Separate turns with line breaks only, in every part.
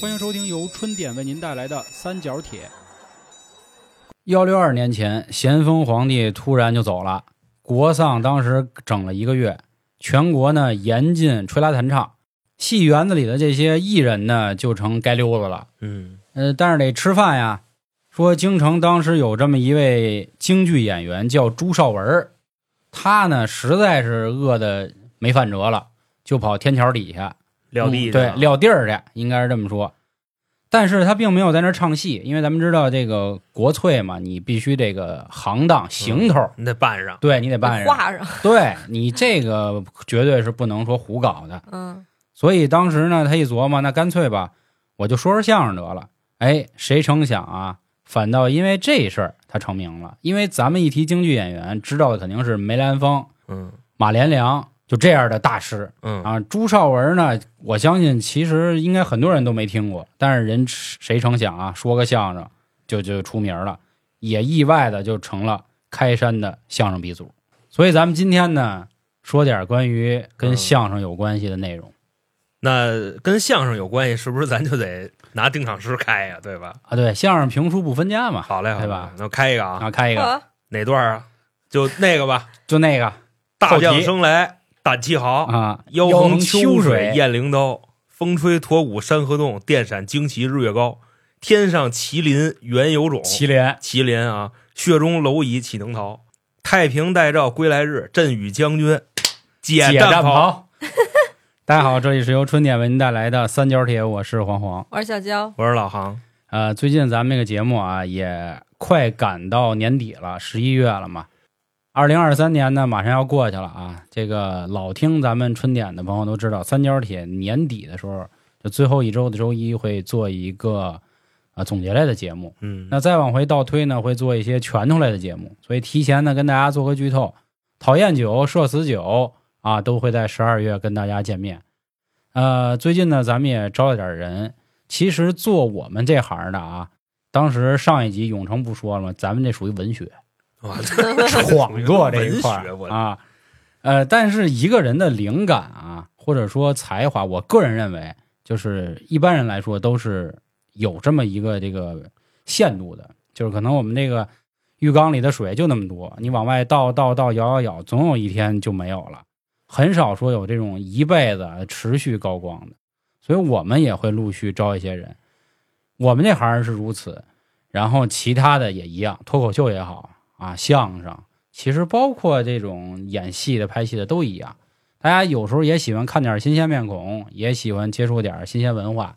欢迎收听由春点为您带来的《三角铁
幺六二年前，咸丰皇帝突然就走了，国丧当时整了一个月，全国呢严禁吹拉弹唱，戏园子里的这些艺人呢就成街溜子了。
嗯
呃，但是得吃饭呀。说京城当时有这么一位京剧演员叫朱绍文儿，他呢实在是饿得没饭辙了，就跑天桥底下，
撂地
嗯
上
对，撂地儿去，应该是这么说。但是他并没有在那儿唱戏，因为咱们知道这个国粹嘛，你必须这个行
嗯
当行头，
你得办上。
对你得办上，
画上，
对你这个绝对是不能说胡搞的。
嗯，
所以当时呢，他一琢磨，那干脆吧，我就说说相声得了。哎，谁成想啊，反倒因为这事儿他成名了。因为咱们一提京剧演员，知道的肯定是梅兰芳、
嗯
马连良就这样的大师
嗯
啊。朱绍文呢，我相信其实应该很多人都没听过，但是人谁成想啊，说个相声就就出名了，也意外的就成了开山的相声鼻祖。所以咱们今天呢，说点关于跟
嗯
相声有关系的内容。
那跟相声有关系，是不是咱就得拿定场诗开呀、对吧？
啊，对，相声评书不分家嘛。
好嘞，好嘞
对吧？
那我开一个啊，
啊，开一个，
啊
哪段啊？就那个吧，
就那个
大
后
将
题
生来胆气豪，
啊，
腰横秋
水，
雁翎刀，风吹驼骨山河动，电闪旌旗日月高。天上麒麟原有种，
祁连
麒麟啊，雪中蝼蚁岂能逃？太平待诏归来日，朕与将军解
解
战
战
袍。
袍。 大家好，这里是由春点为您带来的三角铁，我是黄黄。
我是小娇，
我是老航，
呃，最近咱们这个节目啊，也快赶到年底了，十一月了嘛。二零二三年呢，马上要过去了啊。这个老听咱们春点的朋友都知道，三角铁年底的时候，就最后一周的周一会做一个呃总结类的节目。
嗯，
那再往回倒推呢，会做一些拳头类的节目，所以提前呢跟大家做个剧透，讨厌酒、社死酒啊，都会在十二月跟大家见面。呃，最近呢，咱们也招了点人。其实做我们这行的啊，当时上一集永成不说了吗？咱们这属于文学
哇
创作这一块
文学我
儿啊。呃，但是一个人的灵感啊，或者说才华，我个人认为，就是一般人来说都是有这么一个这个限度的，就是可能我们这个浴缸里的水就那么多，你往外倒倒倒舀舀舀，总有一天就没有了。很少说有这种一辈子持续高光的，所以我们也会陆续招一些人。我们这行是如此，然后其他的也一样，脱口秀也好啊，相声，其实包括这种演戏的、拍戏的都一样。大家有时候也喜欢看点新鲜面孔，也喜欢接触点新鲜文化，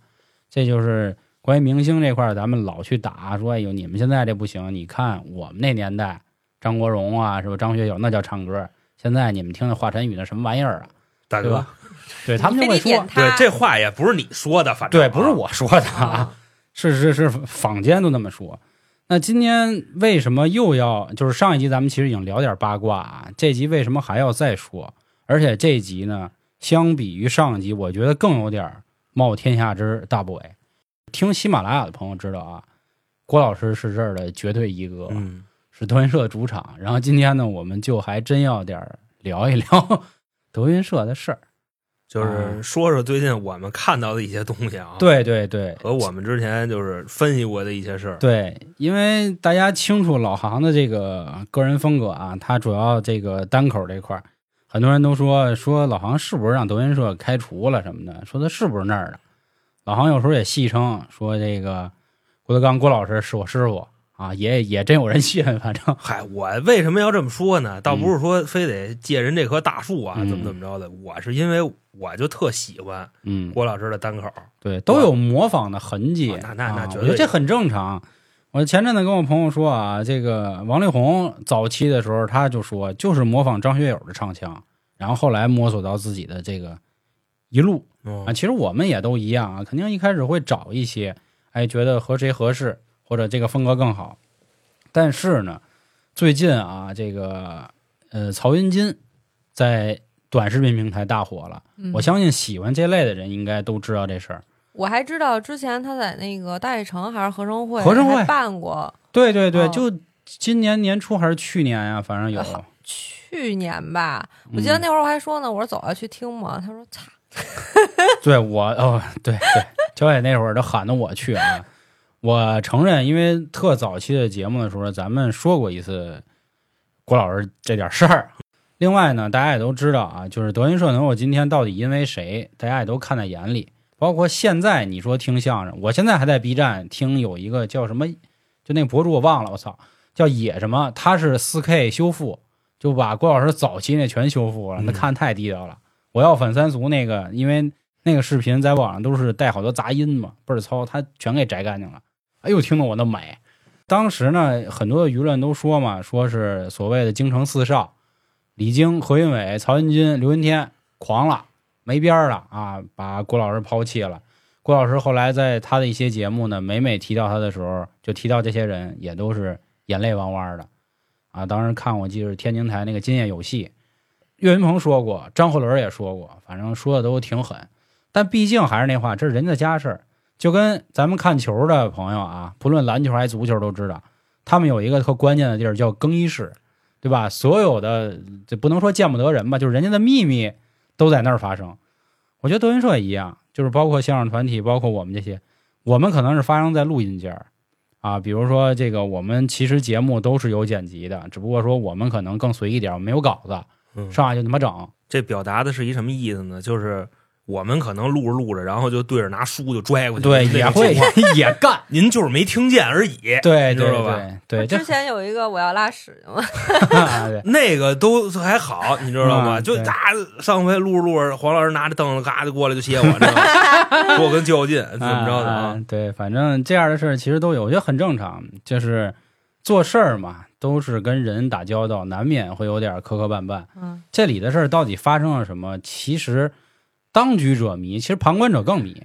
这就是关于明星这块儿，咱们老去打说，哎呦，你们现在这不行，你看我们那年代，张国荣啊，是吧？张学友那叫唱歌，现在你们听那华晨宇那什么玩意儿啊？
大
对
哥
吧，对他们
非
就会
得
说
点，
对
他，
这话也不是你说的，反正
对，不是我说的啊，
嗯
是是是，坊间都那么说。那今天为什么又要？就是上一集咱们其实已经聊点八卦啊，这集为什么还要再说？而且这集呢，相比于上集，我觉得更有点冒天下之大不韪。听喜马拉雅的朋友知道啊，郭老师是这儿的绝对一哥，
嗯，
是德云社的主场。然后今天呢，我们就还真要点儿聊一聊 德云社的事儿。
就是说说最近我们看到的一些东西啊，，
对对对，
和我们之前就是分析过的一些事儿，
对，因为大家清楚老航的这个个人风格啊，他主要这个单口这块儿，很多人都说说老航是不是让德云社开除了什么的，说他是不是那儿的。老航有时候也戏称说这个郭德纲郭老师是我师傅啊，也也真有人信，反正
嗨，我为什么要这么说呢？倒不是说非得借人这棵大树啊，
嗯
怎么怎么着的。我是因为我就特喜欢
嗯，
郭老师的单口，
对，都有模仿的痕迹。
啊那那那
啊
绝
我
对
觉得这很正常。我前阵子跟我朋友说啊，这个王力宏早期的时候，他就说就是模仿张学友的唱腔，然后后来摸索到自己的这个一路啊。
嗯
其实我们也都一样啊，肯定一开始会找一些，哎，觉得和谁合适，或者这个风格更好。但是呢，最近啊，这个呃，曹云金在短视频平台大火了，
嗯
我相信喜欢这类的人应该都知道这事儿。
我还知道之前他在那个大悦城还是合生汇，
合生汇
还办过，
对对对，
哦
就今年年初还是去年呀、反正有。
啊去年吧，
嗯
我记得 那会儿我还说呢，我说走啊去听嘛，他说擦，
对我哦，对对，小伟那会儿都喊的我去啊。我承认，因为特早期的节目的时候，咱们说过一次郭老师这点事儿。另外呢，大家也都知道啊，就是德云社能有今天，到底因为谁，大家也都看在眼里。包括现在你说听相声，我现在还在 B 站听有一个叫什么，就那博主我忘了，我操，叫野什么，他是 4K 修复，就把郭老师早期那全修复了，那
嗯
看太低调了。我要反三俗那个，因为那个视频在网上都是带好多杂音嘛，倍儿糙，他全给摘干净了。哎呦，听得我那美。当时呢，很多的舆论都说嘛，说是所谓的京城四少，李菁、何云伟、曹云金、刘云天狂了，没边儿了啊，把郭老师抛弃了。郭老师后来在他的一些节目呢，每每提到他的时候，就提到这些人，也都是眼泪汪汪的啊。当时看我记得是天津台那个《今夜有戏》，岳云鹏说过，张鹤伦也说过，反正说的都挺狠。但毕竟还是那话，这是人家家事儿，就跟咱们看球的朋友啊，不论篮球还是足球都知道，他们有一个特关键的地儿叫更衣室，对吧？所有的这不能说见不得人吧，就是人家的秘密都在那儿发生。我觉得德云社也一样，就是包括相声团体，包括我们这些，我们可能是发生在录音间儿啊，比如说这个，我们其实节目都是有剪辑的，只不过说我们可能更随意点儿，没有稿子，
嗯
上来就他妈整。
这表达的是一什么意思呢？就是我们可能录着录着，然后就对着拿书就拽过去，
对，
那种
也会
情况
也 干，
您就是没听见而已。
对
你知
对
道吧
对对，这
之前有一个我要拉屎嘛，
啊对
那个都还好，你知道吗？
嗯
就
对
大上回录着录着，黄老师拿着凳子嘎就过来就歇我，你知道吗？ 我跟较劲， 怎么着的
啊？啊？对，反正这样的事儿其实都有，我觉得很正常，就是做事儿嘛，都是跟人打交道，难免会有点磕磕绊绊。
嗯，
这里的事儿到底发生了什么？其实当局者迷，其实旁观者更迷，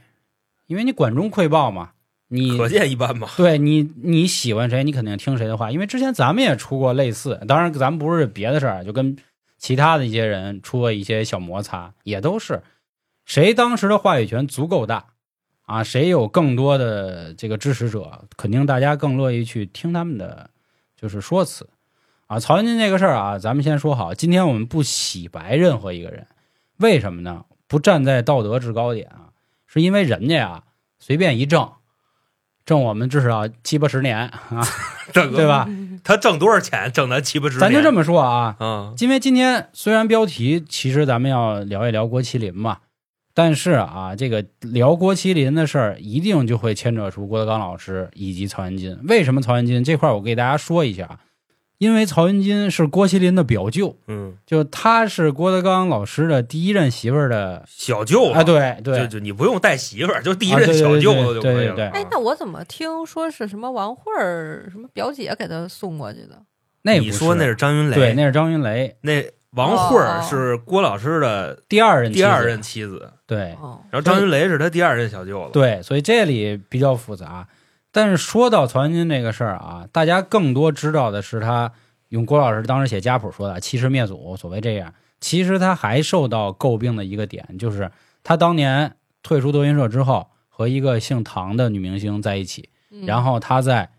因为你管中窥豹嘛。你
可见一般吧？
对你你喜欢谁，你肯定听谁的话，因为之前咱们也出过类似，当然咱们不是别的事儿，就跟其他的一些人出过一些小摩擦，也都是谁当时的话语权足够大啊，谁有更多的这个支持者，肯定大家更乐意去听他们的就是说辞啊。曹云金这个事儿啊，咱们先说好，今天我们不洗白任何一个人，为什么呢？不站在道德制高点啊，是因为人家呀随便一挣。挣我们至少七八十年啊，
这个
对吧？
他挣多少钱？挣咱七八十年，
咱就这么说啊，
啊，
因为今天虽然标题其实咱们要聊一聊郭麒麟嘛，但是啊，这个聊郭麒麟的事儿，一定就会牵扯出郭德纲老师以及曹云金。为什么曹云金这块儿我给大家说一下啊？因为曹云金是郭麒麟的表舅，
嗯，
就他是郭德纲老师的第一任媳妇儿的
小舅
啊，
子，
对对
就，就你不用带媳妇儿，就第一
啊
任
对
小
对
舅
对
子就可以了。
对对
哎，那我怎么听说是什么王慧儿什么表姐给他送过去的？
那
你
不
说
是
那是张云雷，
对，那是张云雷
那王慧
哦
儿是郭老师的
第二任妻
第
子
二任妻子，
对，
哦，
然后张云雷是他第二任小舅子。
对，所以这里比较复杂。但是说到曹云金这个事儿啊，大家更多知道的是他用郭老师当时写家谱说的“欺师灭祖”，所谓这样。其实他还受到诟病的一个点，就是他当年退出德云社之后，和一个姓唐的女明星在一起，
嗯
然后他在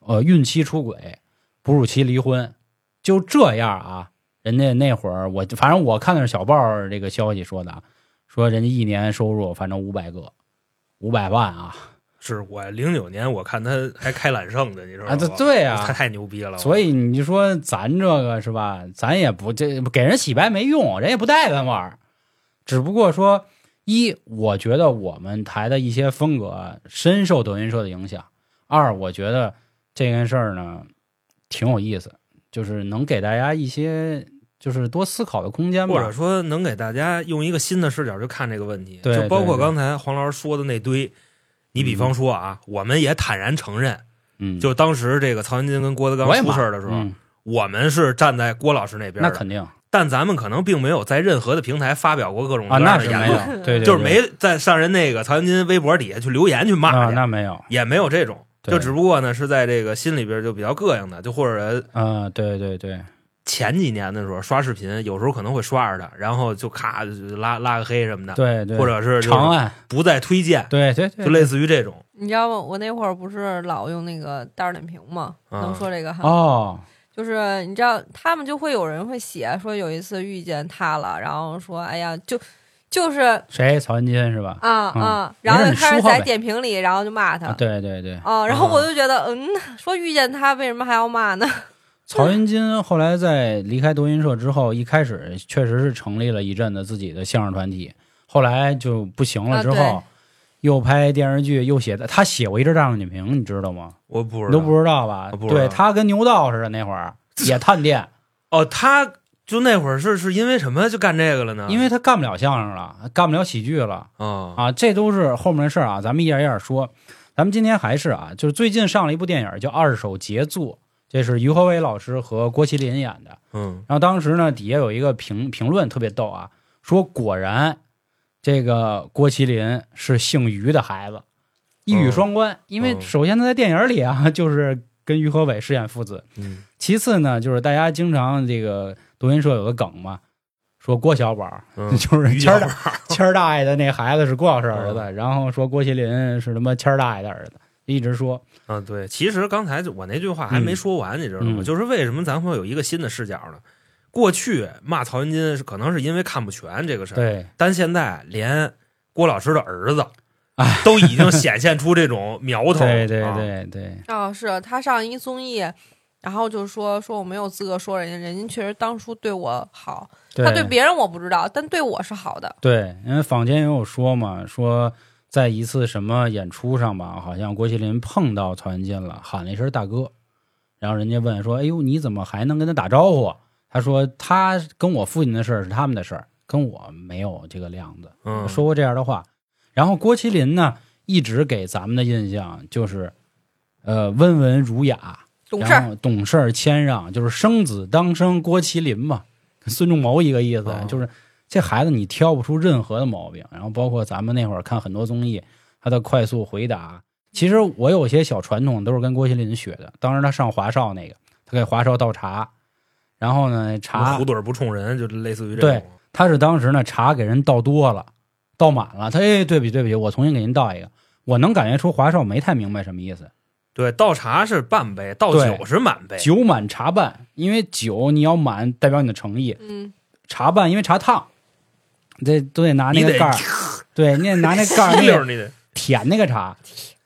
呃孕期出轨，哺乳期离婚，就这样啊。人家那会儿我反正我看的是小报儿这个消息说的啊，说人家一年收入反正五百个，五百万啊
是我零九年我看他还开揽胜的，你知道吗？
啊这对啊
他太牛逼了。
所以你就说咱这个是吧？咱也不这给人洗白没用，人也不带咱玩儿。只不过说，一我觉得我们台的一些风格深受德云社的影响；二我觉得这件事儿呢挺有意思，就是能给大家一些就是多思考的空间
或者
吧。
说能给大家用一个新的视角去看这个问题，
对
就包
对
括
对
刚才黄老师说的那堆。你比方说啊，我们也坦然承认，
嗯，
就当时这个曹云金跟郭德纲
我也
出
骂
事儿的时候，
嗯，
我们是站在郭老师那边
那
的，
肯定啊，
但咱们可能并没有在任何的平台发表过各种各
那
样的
是
言
没
论，
有，对对对，
就是没在上人那个曹云金微博底下去留言去骂
啊，
去，
那没有，
也没有这种，
对
就只不过呢是在这个心里边就比较膈应的，就或者
啊，对对对，
前几年的时候刷视频，有时候可能会刷着他，然后就咔就拉拉个黑什么的，
对对，
啊或者是就
长
是
按，
不再推荐，
对对对，
就类似于这种。
你知道吗？我那会儿不是老用那个大众点评吗？
啊
嗯
能说这个哈？
哦，
就是你知道，他们就会有人会写说有一次遇见他了，然后说哎呀，就就是
谁？曹云金是吧？
啊
嗯
啊，然后
没事你
就开始
说
在
呗
点评里，然后就骂他
啊，对对对，
啊，然后
啊
我就觉得，嗯， 说遇见他为什么还要骂呢？
曹云金后来在离开德云社之后，一开始确实是成立了一阵子自己的相声团体，后来就不行了
啊
之后，
对
又拍电视剧，又写的，他写过一阵《大众点评》，你知道吗？
我不知道，啊
你都不知道吧？
我不知道
对他跟牛道似的，那会 儿也探店，
哦，他就那会儿是是因为什么就干这个了呢？
因为他干不了相声了，干不了喜剧了
啊
啊，这都是后面的事儿啊，咱们一点一点说。咱们今天还是啊，就是最近上了一部电影叫《二手杰作》，这是于和伟老师和郭麒麟演的。
嗯
然后当时呢，底下有一个评评论特别逗啊，说果然这个郭麒麟是姓于的孩子，一语双关。因为
嗯
首先他在电影里
哦
啊，就是跟于和伟饰演父子；
嗯
其次呢，就是大家经常这个德云社有个梗嘛，说郭小宝儿、
嗯
就是
于
谦儿
小哦
大谦儿大爷的那孩子是郭老师儿子，然后说郭麒麟是他妈谦儿大爷的儿子，一直说。
啊，对，其实刚才就我那句话还没说完，你知道吗？
嗯
就是为什么咱会有一个新的视角呢？过去骂曹云金是可能是因为看不全这个事儿，
对，
但现在连郭老师的儿子
哎
都已经显现出这种苗头，
对对
啊，
对对，
啊，是他上一综艺，然后就说说我没有资格说人家，人家确实当初对我好，
对
他对别人我不知道，但对我是好的。
对，因为坊间也有说嘛，说在一次什么演出上吧，好像郭麒麟碰到曹云金了，喊了一声“大哥”，然后人家问说：“哎呦，你怎么还能跟他打招呼？”啊他说：“他跟我父亲的事儿是他们的事儿，跟我没有这个量子。”
嗯，
说过这样的话。然后郭麒麟呢，一直给咱们的印象就是，呃，温文儒雅，
懂事
然
儿，
后懂事儿谦让，就是生子当生郭麒麟嘛，跟孙仲谋一个意思，
哦
就是这孩子你挑不出任何的毛病。然后包括咱们那会儿看很多综艺，他的快速回答，其实我有些小传统都是跟郭麒麟学的。当时他上华少那个，他给华少倒茶，然后呢
哦
茶
虎嘴不冲人，就类似于这
对
种，
他是当时呢茶给人倒多了，倒满了，他哎对不起对不起，我重新给您倒一个。我能感觉出华少没太明白什么意思，
对倒茶是半杯，倒
对
酒是满杯，
酒满茶半，因为酒你要满代表你的诚意，
嗯，
茶半，因为茶烫，这都得拿那
你
个
得
盖 儿，对，你得拿那盖儿那
溜儿
个
你得
舔那个茶。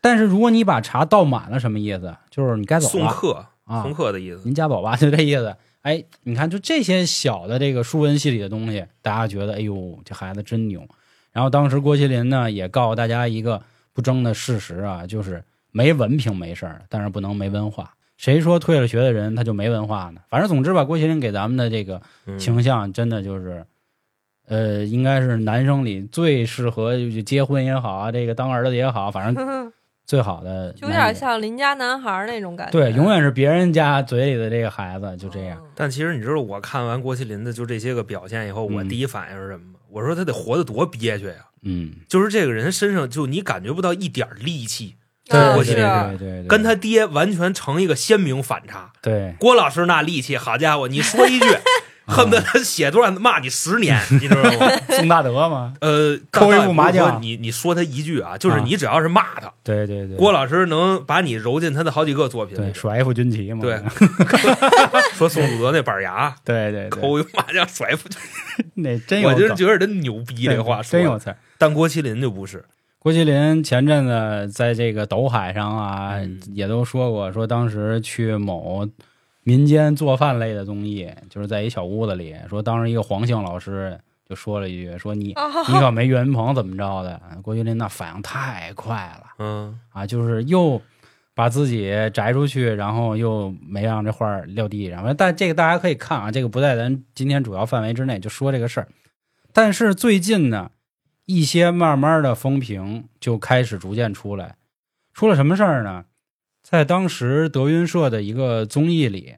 但是如果你把茶倒满了，什么意思？就是你该走
送
了
客，
啊
送，客的意思。
您家走吧， 就这意思。哎，你看，就这些小的这个书文系里的东西，大家觉得，哎呦，这孩子真牛。然后当时郭麒麟呢，也告诉大家一个不争的事实啊，就是没文凭没事儿，但是不能没文化。谁说退了学的人他就没文化呢？反正总之吧，郭麒麟给咱们的这个
嗯
倾向真的就是，呃，应该是男生里最适合就结婚也好啊，这个当儿子也好，反正最好的
嗯就有
男
点
人
像邻家男孩儿那种感觉。哦
对，永远是别人家嘴里的这个孩子，就这样。
嗯。
但其实你知道，我看完郭麒麟的就这些个表现以后，我
嗯
第一反应是什么吗？我说他得活得多憋屈呀！
嗯，
就是这个人身上，就你感觉不到一点力气，
对
啊
对
我觉
是
对
得
对对，对
跟他爹完全成一个鲜明反差。
对
郭老师那力气，好家伙，你说 一句，恨不得他写段子骂你十年，你知道 吗？
宋大德 嘛，
呃，
扣一副
不
麻将
你你说他一句啊，就是你只要是骂他，
对对对，
郭老师能把你揉进他的好几个作品
对
里。
甩一副军旗嘛，
对说宋祖德那板牙，
对对，对
抠一麻将甩一副，
那真有
我
梗，
就是觉得真牛逼，这话说
真
的
有词儿。
但郭麒麟就不是，
郭麒麟前阵子在这个斗海上啊
嗯，
也都说过，说当时去某民间做饭类的综艺，就是在一小屋子里，说当时一个黄姓老师就说了一句，说你你
啊，
可没岳云鹏怎么着的，郭麒麟那反应太快了。
嗯，
啊，就是又把自己摘出去，然后又没让这画儿撂地上。但这个大家可以看啊，这个不在咱今天主要范围之内，就说这个事儿。但是最近呢，一些慢慢的风评就开始逐渐出来。出了什么事儿呢？在当时德云社的一个综艺里，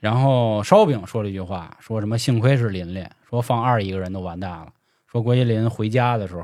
然后烧饼说了一句话，说什么幸亏是琳琳，说放二一个人都完蛋了。说郭麒麟回家的时候，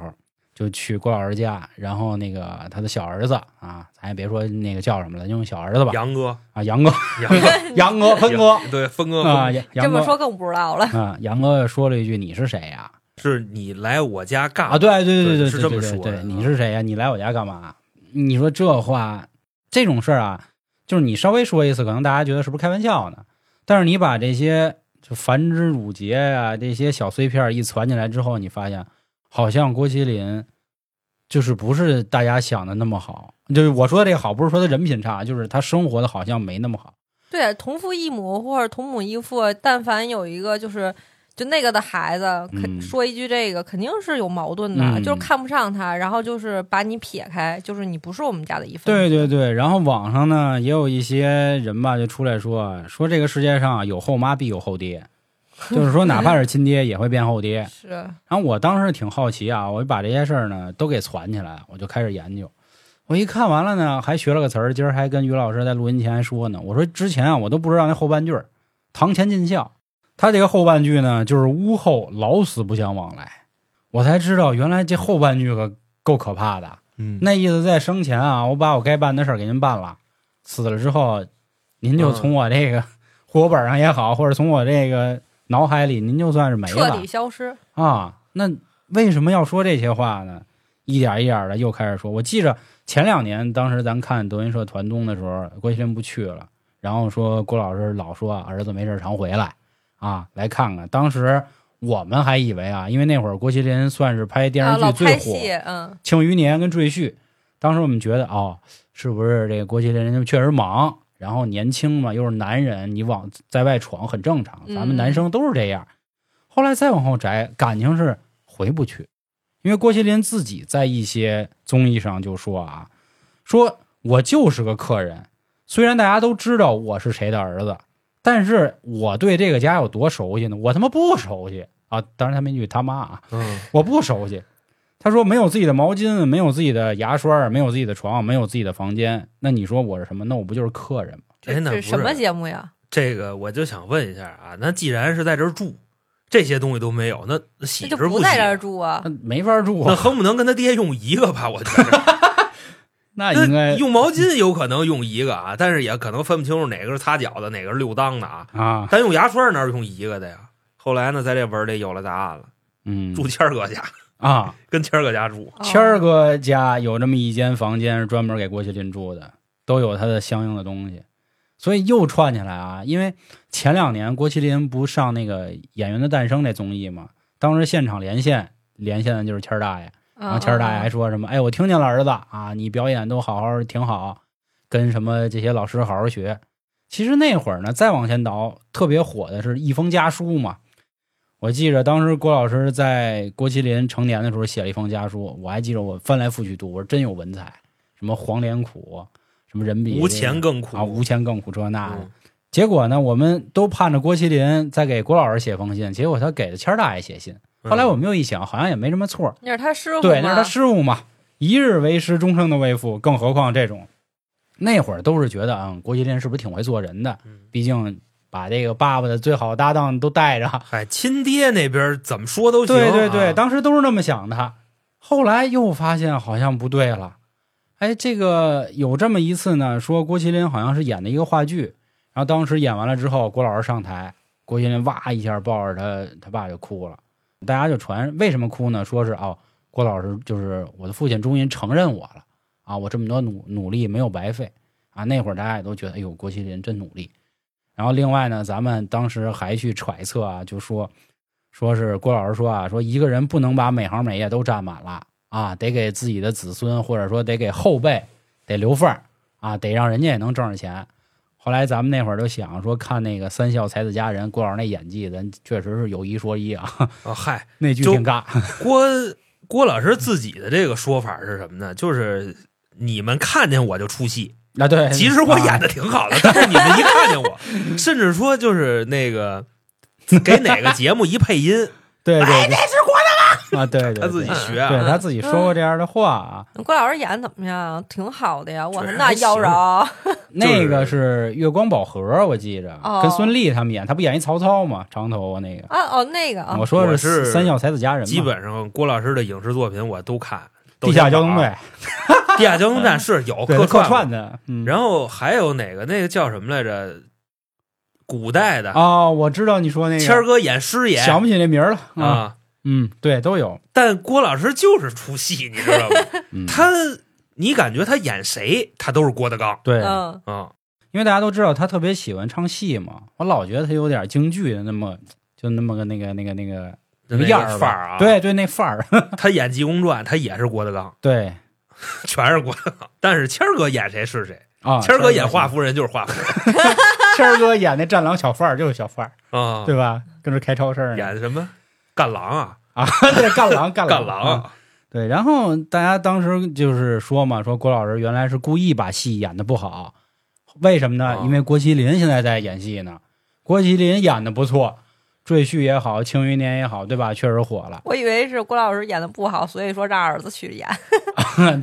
就去郭老师家，然后那个他的小儿子啊，咱也别说那个叫什么了，就用小儿子吧，
杨哥，
啊，杨哥，
杨哥，
杨哥，坤哥
对，峰哥，
啊，
峰
杨
这
杨
么
哥
说更不知道了。
啊，杨哥说了一句：“你是谁呀、
哥是你来我家尬
啊，，对对对
对
对，
是
对
这么
对
说的嗯
对，你是谁呀、你来我家干嘛？你说这话，这种事儿啊，就是你稍微说一次，可能大家觉得是不是开玩笑呢？但是你把这些就繁枝缛节啊，这些小碎片儿一攒起来之后，你发现好像郭麒麟就是不是大家想的那么好。就是我说的这个好，不是说他人品差，就是他生活的好像没那么好。
对，同父异母或者同母异父，但凡有一个就是就那个的孩子，肯、
嗯
说一句这个，肯定是有矛盾的，
嗯
就是看不上他，然后就是把你撇开，就是你不是我们家的一份。
对对对，然后网上呢也有一些人吧，就出来说说这个世界上啊有后妈必有后爹，就是说哪怕是亲爹也会变后爹。
是，
然后我当时挺好奇啊，我就把这些事儿呢都给攒起来，我就开始研究。我一看完了呢，还学了个词儿，今儿还跟于老师在录音前还说呢，我说之前啊我都不知道那后半句儿“堂前尽孝”，他这个后半句呢就是“屋后老死不相往来”，我才知道原来这后半句可够可怕的。
嗯，
那意思在生前啊，我把我该办的事儿给您办了，死了之后，您就从我这
嗯
个户口本上也好，或者从我这个脑海里，您就算是没
彻
了
底消失。
啊。那为什么要说这些话呢？一点一点的又开始说。我记着前两年，当时咱看德云社团综的时候，郭麒麟不去了，然后说郭老师老说儿子没事儿常回来啊，来看看。当时我们还以为啊，因为那会儿郭麒麟算是拍电
啊，
视
老
剧最
拍
火，哎
戏，嗯，
《庆余年》跟《赘婿》，当时我们觉得哦，是不是这个郭麒麟人家确实忙，然后年轻嘛，又是男人，你往在外闯很正常，咱们
嗯
男生都是这样。后来再往后摘，感情是回不去，因为郭麒麟自己在一些综艺上就说啊，说我就是个客人，虽然大家都知道我是谁的儿子，但是我对这个家有多熟悉呢？我他妈不熟悉啊！当然他没一句他妈啊，
嗯
我不熟悉。他说没有自己的毛巾，没有自己的牙刷，没有自己的床，没有自己的房间。那你说我是什么？那我不就是客人吗？
这
哎那
这
不
什
是
么节目呀？
这个我就想问一下啊，那既然是在这儿住，这些东西都没有，那那喜
那
是
就不
喜
在这儿住啊
那。没法住
那
啊，
恨不能跟他爹用一个吧，我觉得。
那
那
应该
用毛巾有可能用一个啊，但是也可能分不清楚哪个是擦脚的，哪个是溜裆的啊。
啊，
咱用牙刷哪有用一个的呀？后来呢，在这文里有了答案了，
嗯
住谦儿哥家，
啊，
跟谦儿哥家住。
哦
谦儿哥家有这么一间房间是专门给郭麒麟住的，都有他的相应的东西，所以又串起来啊。因为前两年郭麒麟不上那个《演员的诞生》那综艺嘛，当时现场连线连线的就是谦儿大爷。
啊嗯
然后啊谦儿大爷还说什么：“哎，我听见了，儿子啊，你表演都好好挺好，跟什么这些老师好好学。”其实那会儿呢，再往前倒，特别火的是《一封家书》嘛。我记着当时郭老师在郭麒麟成年的时候写了一封家书，我还记着我翻来覆去读，我说真有文采，什么黄连苦，什么人比
无钱更苦
啊，无钱更苦这啊那的。
嗯
结果呢，我们都盼着郭麒麟再给郭老师写封信，结果他给了谦儿大爷写信。
嗯
后来我们又一想，好像也没什么错儿，
那是他师傅
对，那是他
嘛
师傅嘛，一日为师，终生的为父，更何况这种，那会儿都是觉得啊、嗯郭麒麟是不是挺会做人的？
嗯
毕竟把这个爸爸的最好搭档都带着，
哎，亲爹那边怎么说都行、
对对对，
啊
当时都是那么想的。后来又发现好像不对了，哎，这个有这么一次呢，说郭麒麟好像是演的一个话剧，然后当时演完了之后，郭老师上台，郭麒麟哇一下抱着他他爸就哭了，大家就传为什么哭呢？说是哦，郭老师就是我的父亲终于承认我了啊，我这么多努努力没有白费啊。那会儿大家也都觉得，哎呦，郭麒麟真努力。然后另外呢，咱们当时还去揣测啊，就说说是郭老师说啊，说一个人不能把每行每业都占满了啊，得给自己的子孙或者说得给后辈得留份儿啊，得让人家也能挣着钱。后来咱们那会儿就想说，看那个《三笑才子佳人》，郭老师那演技，咱确实是有一说一啊，
啊，嗨，
那剧
就
挺尬。
郭郭老师自己的这个说法是什么呢？就是你们看见我就出戏，
啊，对，
其实我演
的
的挺好的，但是你们一看见我，甚至说就是那个给哪个节目一配音，
对对
哎
对，是郭德纲啊，对对对，
他自己学啊
对他自己说过这样的话啊。
郭老师演的怎么样？啊挺好的呀，我
确实
那
还
妖
行
娆，
那个是月光宝盒，我记着
哦
跟孙俪他们演，他不演一曹操吗？长头发那个。
啊哦，那个啊，
我说
我
的
是
三笑才子佳人嘛，
基本上郭老师的影视作品我都看。
地下交通
队，
队
地下交通站是有
对
客
客
串
串
的，
的，嗯，
然后还有哪个那个叫什么来着？古代的
哦，我知道你说那个
谦儿哥演师爷
想不起那名儿了，
啊，
嗯，对，都有，
但郭老师就是出戏，你知 道吗？
嗯
他，你感觉他演谁，他都是郭德纲
对，
嗯，
啊。
因为大家都知道他特别喜欢唱戏嘛，我老觉得他有点京剧的那么就那么个那个那个那个什么样
那
儿
个
吧
范儿啊
对对，那范儿，
他演《济公传》，他也是郭德纲，
对
全是郭德纲。但是谦儿哥演谁是谁，
啊，
谦儿哥演
画
华，夫人就是华夫人
谦儿哥演那战狼小贩儿就是小贩儿，
啊，
对吧？跟着开超市儿呢
演什么干狼啊，
啊， 对，干狼干
干
狼
狼
啊，
啊，
对。然后大家当时就是说嘛，说郭老师原来是故意把戏演的不好，为什么呢？
啊
因为郭麒麟现在在演戏呢，郭麒麟演的不错，《赘婿》也好，《庆余年》也好，对吧？确实火了，
我以为是郭老师演的不好，所以说让儿子去演。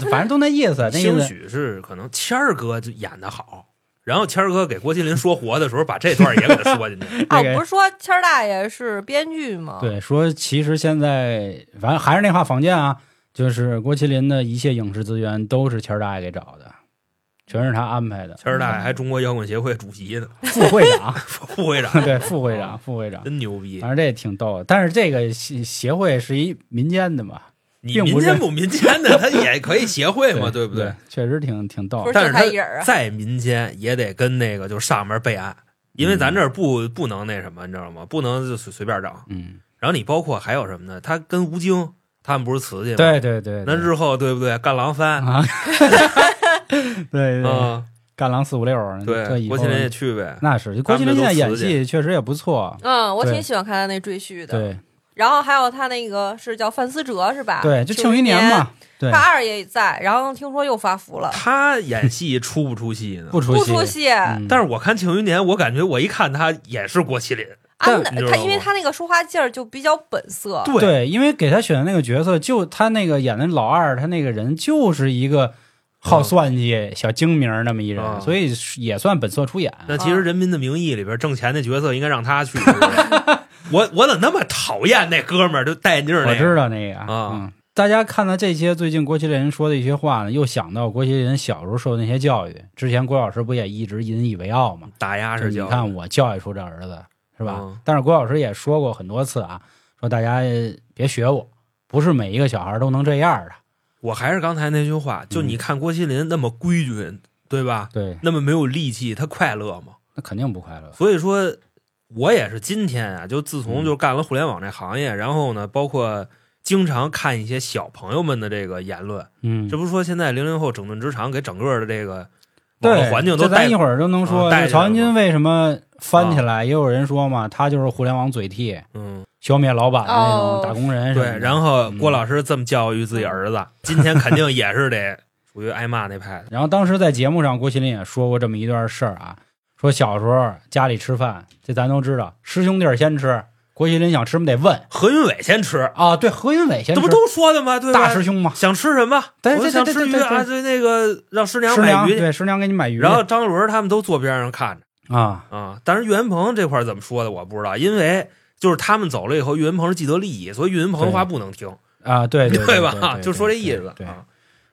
反正都那意思，那意
兴
思。
许是可能谦儿哥就演的好，然后谦儿哥给郭麒麟说活的时候，把这段也给他说进去
啊，
这个
我不是说谦儿大爷是编剧
啊
吗？，
对，说其实现在反正还是那话，房间啊，就是郭麒麟的一切影视资源都是钱儿大爷给找的，全是他安排 的。
谦儿大爷还中国摇滚协会主席呢，
副会长，
副会长
对，副会长，副会长，
真牛逼
反。正这也挺逗的。但是这个协协会是一民间的嘛，
你
并不
民
是
间不民间的，他也可以协会嘛，对不
对？？确实挺挺逗
不。是
但
就他一人儿
他
啊。
在民间也得跟那个就上面备案，因为咱这儿不不能那什么，你知道吗？不能就随随便整。
嗯，
然后你包括还有什么呢？他跟吴京他们不是瓷器吗？，
对对对，
那
对
日后对不对？干狼三啊，
啊，对对，干狼四五六，这
嗯对，
以
郭
后
麒麟也去呗。
那是郭麒麟现在演戏确实也不错。
嗯，我
对
挺喜欢看他那赘婿的。
对
然后还有他那个是叫范思哲是
啊
吧？
对，就
庆
庆余年
年。
嘛，对
他，二爷也在，然后听说又发福了，
他演戏出不出戏呢？
不出
不
戏，
出戏。
嗯
但是我看《庆余年》，我感觉我一看他也是郭麒麟，
安
但你知道
他因为
吗
他那个说话劲儿就比较本色，
对
对，因为给他选的那个角色，就他那个演的老二，他那个人就是一个好算计、小精明儿那么一人，
嗯
所以也算本色出演。
那其实《人民的名义》里边挣钱的角色应该让他去。 对不对我我怎么那么讨厌那哥们儿，就戴眼镜儿那
我
个
知道那个
啊
嗯，大家看到这些最近郭麒麟说的一些话呢，又想到郭麒麟小时候受的那些教育。之前郭老师不也一直引以为傲吗？
打压
就是你
叫
看我教育出这儿子是吧？
嗯
但是郭老师也说过很多次啊，说大家呃别学我，不是每一个小孩都能这样的。
我还是刚才那句话，
嗯
就你看郭麒麟那么规矩，对吧？
对，
那么没有戾气，他快乐吗？
那肯定不快乐。
所以说，我也是今天啊，就自从
嗯
就干了互联网这行业，然后呢，包括经常看一些小朋友们的这个言论，
嗯，
这不是说现在零零后整顿职场给整个的这个网络
对，
环境都
这
带
咱一会儿就能说。
嗯带
就
起
曹
来
云
了
金为什么翻起来？也有人说嘛，他就是互联网嘴替，
嗯
消灭老板的那种
哦
打工人什么的。
对，然后
嗯
郭老师这么教育自己儿 子，今天肯定也是得属于挨骂那派的。
然后当时在节目上，郭麒麟也说过这么一段事儿啊，说小时候家里吃饭，这咱都知道，师兄弟儿先吃。郭麒麟想吃什么得问
何云伟先吃，
啊，对，何云伟先
这
吃，
不都说的吗？对吧？
大师兄嘛，
想吃什么？
对
我
对对
想
对
吃
对
鱼
对
啊！对，那个让师娘
师娘
买鱼去。
对师娘给你买鱼去，
然后张伦他们都坐边上看着
啊，
啊。但是岳云鹏这块儿怎么说的我不知道，因为就是他们走了以后，岳云鹏是既得利益，所以岳云鹏的话不能听，
啊，对对对
吧？就说这意思
对
啊。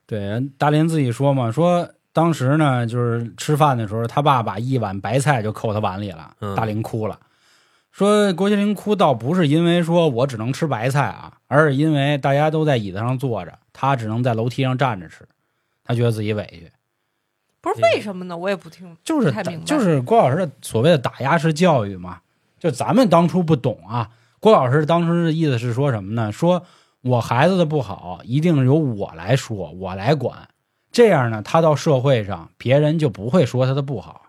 对，达林自己说嘛，说当时呢，就是吃饭的时候，他爸把一碗白菜就扣他碗里了，
嗯
大林哭了。说郭麒麟哭倒不是因为说我只能吃白菜啊，而是因为大家都在椅子上坐着，他只能在楼梯上站着吃，他觉得自己委屈。
不是为什么呢？我也不听。
就是
不太明白
就是郭老师的所谓的打压式教育嘛，就咱们当初不懂啊。郭老师当时的意思是说什么呢？说我孩子的不好，一定由我来说，我来管，这样呢，他到社会上，别人就不会说他的不好，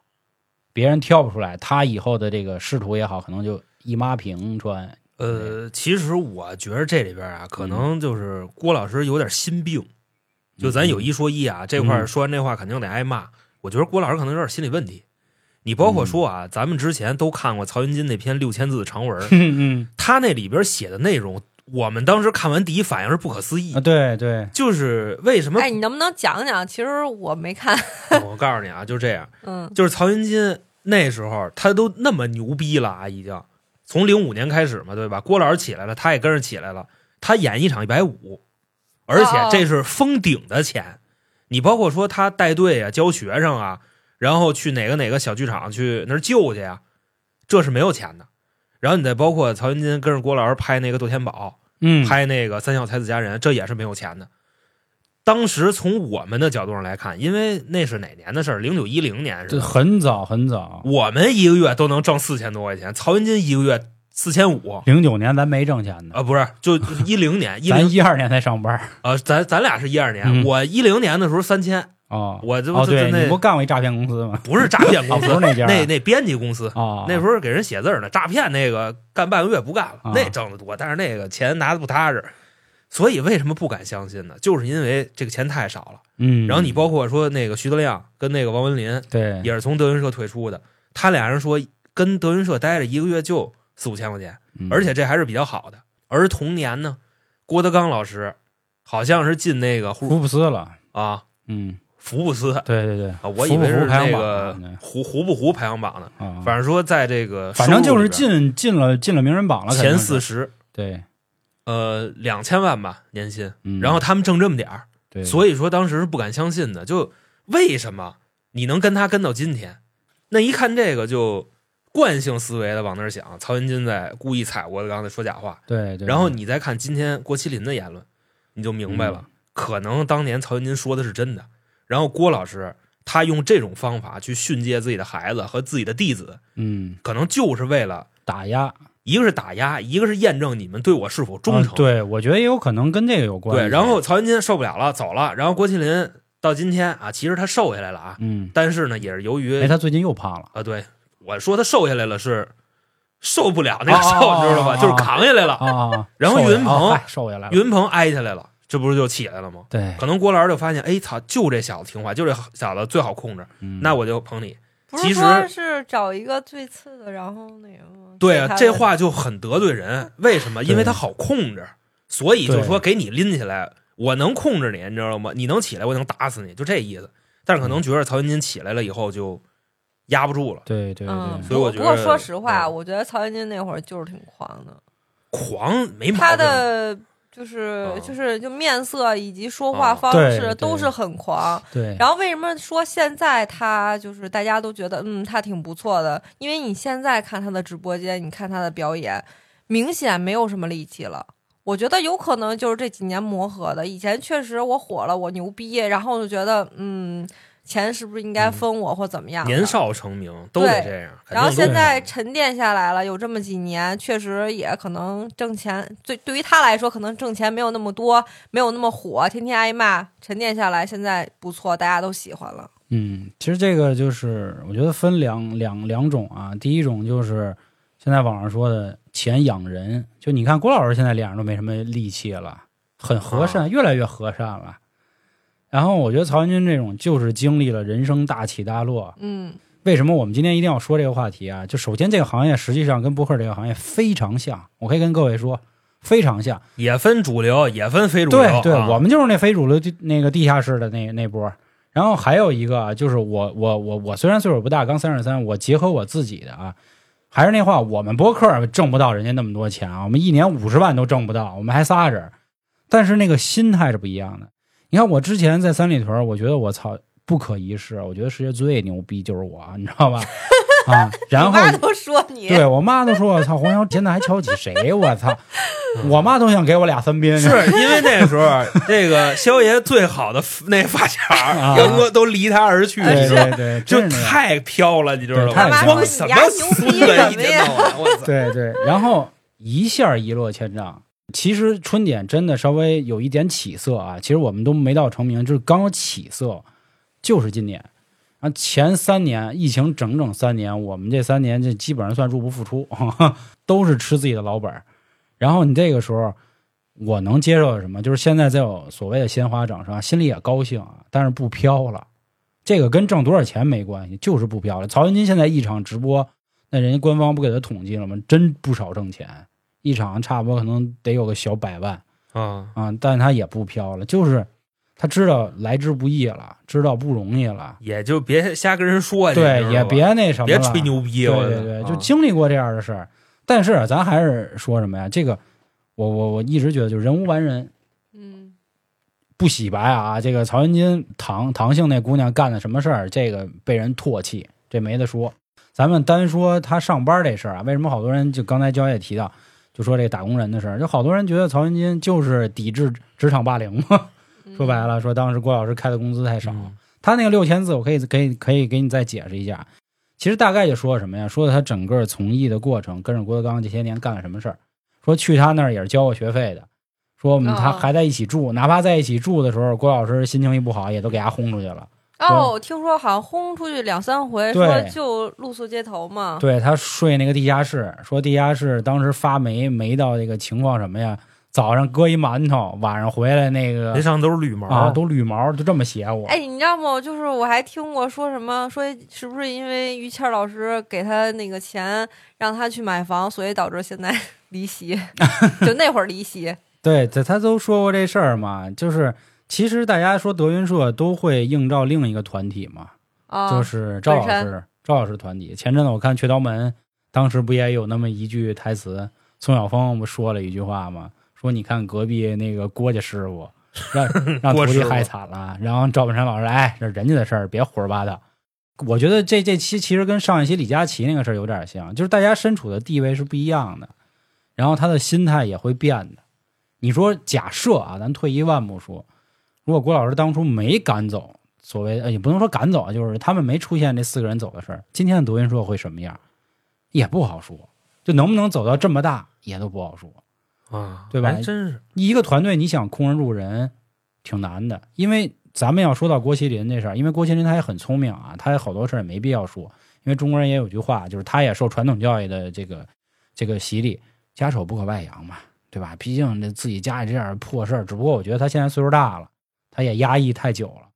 别人挑不出来，他以后的这个仕途也好，可能就一抹平 川。
呃，其实我觉得这里边啊，可能就是郭老师有点心病。就咱有一说一啊，这块儿说完这话肯定得挨骂。我觉得郭老师可能有点心理问题。你包括说啊，咱们之前都看过曹云金那篇六千字的长文儿，
嗯
他那里边写的内容，我们当时看完第一反应是不可思议
啊，，对对，
就是为什么？
哎，你能不能讲讲？其实我没看，
我告诉你啊，就这样，
嗯，
就是曹云金那时候他都那么牛逼了啊，已经从零五年开始嘛，对吧？郭老师起来了，他也跟着起来了，他演一场一百五，而且这是封顶的钱。你包括说他带队啊、教学生啊，然后去哪个哪个小剧场去那儿救去呀、这是没有钱的。然后你再包括曹云金跟着郭老师拍那个《窦天宝》，
嗯，
拍那个《三笑才子佳人》，这也是没有钱的。当时从我们的角度上来看，因为那是哪年的事儿？零九一零年是
这
吧？
很早很早，
我们一个月都能挣四千多块钱，曹云金一个月四千五
零九年咱没挣钱呢，
啊，不是，就一 零年一
咱
零
一二年才上班儿
呃，咱咱俩是一二年，
嗯
我一零年的时候三千，
哦。
我这
哦，
这这
对，你
那
不干过一诈骗公司吗？
不是诈 骗公
哦，不
司，
是那家，
那那编辑公司，
哦，
那时
候
候给人写字儿呢，诈骗那个干半个月不干了
啊，
那挣得多，但是那个钱拿的不踏实，所以为什么不敢相信呢？就是因为这个钱太少了。
嗯，
然后你包括说那个徐德亮跟那个王文林
对
也是从德云社退出的，他俩人说跟德云社待着一个月就四五千块钱，
嗯
而且这还是比较好的。而同年呢，郭德纲老师好像是进那个
福
胡
布斯了，
啊
嗯，
福布斯啊，
对对对，
我以
福
为是
布斯排
那
行榜
个
呢
胡胡不胡排行榜呢。
啊，
反正说在这个
反正就是
进。
进进了进了名人榜了，肯
前
定
四
是
十，
对，
呃，两千万吧年薪，
嗯
然后他们挣这么点儿，
对，
所以说当时是不敢相信的，就为什么你能跟他跟到今天？那一看这个就惯性思维的往那儿想，曹云金在故意踩郭德纲在说假话，
对对，
然后你再看今天郭麒麟的言论，你就明白
嗯
了，可能当年曹云金说的是真的，然后郭老师他用这种方法去训诫自己的孩子和自己的弟子，
嗯，
可能就是为了
打压
一个是打压，一个是验证你们对我是否忠诚
啊。对，我觉得也有可能跟这个有关
对，
系。
然后曹云金受不了了，走了。然后郭麒麟到今天啊，其实他瘦下来了啊，
嗯，
但是呢，也是由于
哎，他最近又胖了，
啊，对我说他瘦下来了是受不了那个瘦，
哦
你知道吧？
哦
就是扛下来了。
啊，
然后
瘦下来
岳云
哦
鹏
嗨瘦下来了，
岳云鹏挨下来了，这不是就起来了吗？
对，
可能郭老师就发现，哎操，就这小子听话，就这小子最好控制，
嗯
那我就捧你。
不
其
是
实
说是找一个最次的，然后那个吗？
对
给
啊，
他
这
的
话就很得罪人。为什么？因为他好控制，所以就说给你拎起来，我能控制你，你知道吗？你能起来，我能打死你，就这意思。但是可能觉得曹云金起来了以后就压不住了，
对对
嗯，
对，
所以我
不
觉
过
得
说实话，
嗯
我觉得曹云金那会儿就是挺狂的，
狂没毛病。
他的就是
嗯
就是就面色以及说话
嗯
方
对
式
对
都是很狂。
对，
然后为什么说现在他就是大家都觉得嗯他挺不错的？因为你现在看他的直播间，你看他的表演，明显没有什么力气了。我觉得有可能就是这几年磨合的。以前确实我火了，我牛逼，然后就觉得嗯钱是不是应该分我或怎么样的？
年少成名都得这样，
然后
肯定
现
都得
在沉淀下来了，有这么几年，确实也可能挣钱，对对于他来说，可能挣钱没有那么多，没有那么火，天天挨骂，沉淀下来，现在不错，大家都喜欢了。
嗯，其实这个就是我觉得分两两两种啊，第一种就是现在网上说的钱养人，就你看郭老师现在脸上都没什么力气了，很和善，越来越和善了。然后我觉得曹云金这种就是经历了人生大起大落，
嗯，
为什么我们今天一定要说这个话题啊？就首先，这个行业实际上跟播客这个行业非常像，我可以跟各位说，非常像。
也分主流，也分非主流。
对对，
啊
我们就是那非主流地那个地下室的那那波。然后还有一个啊就是我我我我虽然岁数不大，刚三十三，我结合我自己的啊，还是那话，我们播客挣不到人家那么多钱啊，我们一年五十万都挣不到，我们还仨人，但是那个心态是不一样的。你看我之前在三里屯，我觉得我操不可一世，啊我觉得世界最牛逼就是我，你知道吧？ 啊，然
你
后
妈都说你，
对我妈都说我操黄瑶现在还瞧不起谁，我 操，我妈都想给我俩三鞭。
是因为那时候 这个肖爷最好的那发
啊
小 杨哥都离他而去，
对
哎
你知道吗
对对，
就
真是那样
太飘了，你知道
对太
吗？
飘了
装什么孙子，一天到晚，我操！
对对，然后一下一落千丈。其实春点真的稍微有一点起色啊，其实我们都没到成名，就是刚有起色，就是今年。啊，前三年疫情整整三年，我们这三年这基本上算入不敷出， 都是吃自己的老本儿。然后你这个时候，我能接受的是什么？就是现在再有所谓的鲜花掌声啊，心里也高兴啊，但是不飘了。这个跟挣多少钱没关系，就是不飘了。曹云金现在一场直播，那人家官方不给他统计了吗？真不少挣钱，一场差不多可能得有个小百万
啊，
啊，但他也不飘了，就是他知道来之不易了，知道不容易了，
也就别瞎跟人说去，
对
你，知道
也
吧
别那什么
别
了
吹牛逼，
对
我觉
对对，
得啊
就经历过这样的事儿。但是啊咱还是说什么呀？这个，我我我一直觉得，就人无完人，
嗯，
不洗白啊。这个曹云金唐唐姓那姑娘干的什么事儿，这个被人唾弃，这没得说。咱们单说她上班这事儿啊，为什么好多人就刚才焦也提到，就说这打工人的事儿，就好多人觉得曹云金就是抵制职场霸凌嘛。
嗯
说白，了，说当时郭老师开的工资太少，
嗯
他那个六千字，我可以可以可以给你再解释一下，其实大概就说什么呀？说他整个从艺的过程，跟着郭德纲这些年干了什么事儿。说去他那儿也是交过学费的，说我们他
哦
还在一起住，哪怕在一起住的时候，郭老师心情一不好，也都给他轰出去了。
哦，我听说好像轰出去两三回，
对
说就露宿街头嘛。
对他睡那个地下室，说地下室当时发霉霉到这个情况什么呀？早上搁一馒头，晚上回来那个
那上都是绿毛
啊都捋毛，就这么邪乎。
哎，你知道吗？就是我还听过说什么，说是不是因为于谦儿老师给他那个钱让他去买房，所以导致现在 离席，就那会儿离席。
对，他他都说过这事儿嘛，就是其实大家说德云社都会映照另一个团体嘛，
啊，
就是赵老
本
师赵老师团体。前阵子我看《雀刀门》，当时不也有那么一句台词，宋晓峰不说了一句话吗？说你看隔壁那个郭家师傅，让 让徒
郭师
弟
傅
害惨了。然后赵本山老师，哎，这是人家的事儿，别胡说八道。我觉得这这期其实跟上一期李佳琦那个事儿有点像，就是大家身处的地位是不一样的，然后他的心态也会变的。你说假设啊，咱退一万步说，如果郭老师当初没赶走所谓呃也不能说赶走啊，就是他们没出现这四个人走的事儿，今天的德云社会什么样，也不好说。就能不能走到这么大，也都不好说。
啊，
对吧
还真是
一个团队你想控制住人，挺难的。因为咱们要说到郭麒麟这事儿，因为郭麒麟他也很聪明啊，他有好多事儿也没必要说。因为中国人也有句话，就是他也受传统教育的这个这个洗礼，家丑不可外扬嘛，对吧？毕竟这自己家里这点破事儿，只不过我觉得他现在岁数大了，他也压抑太久了，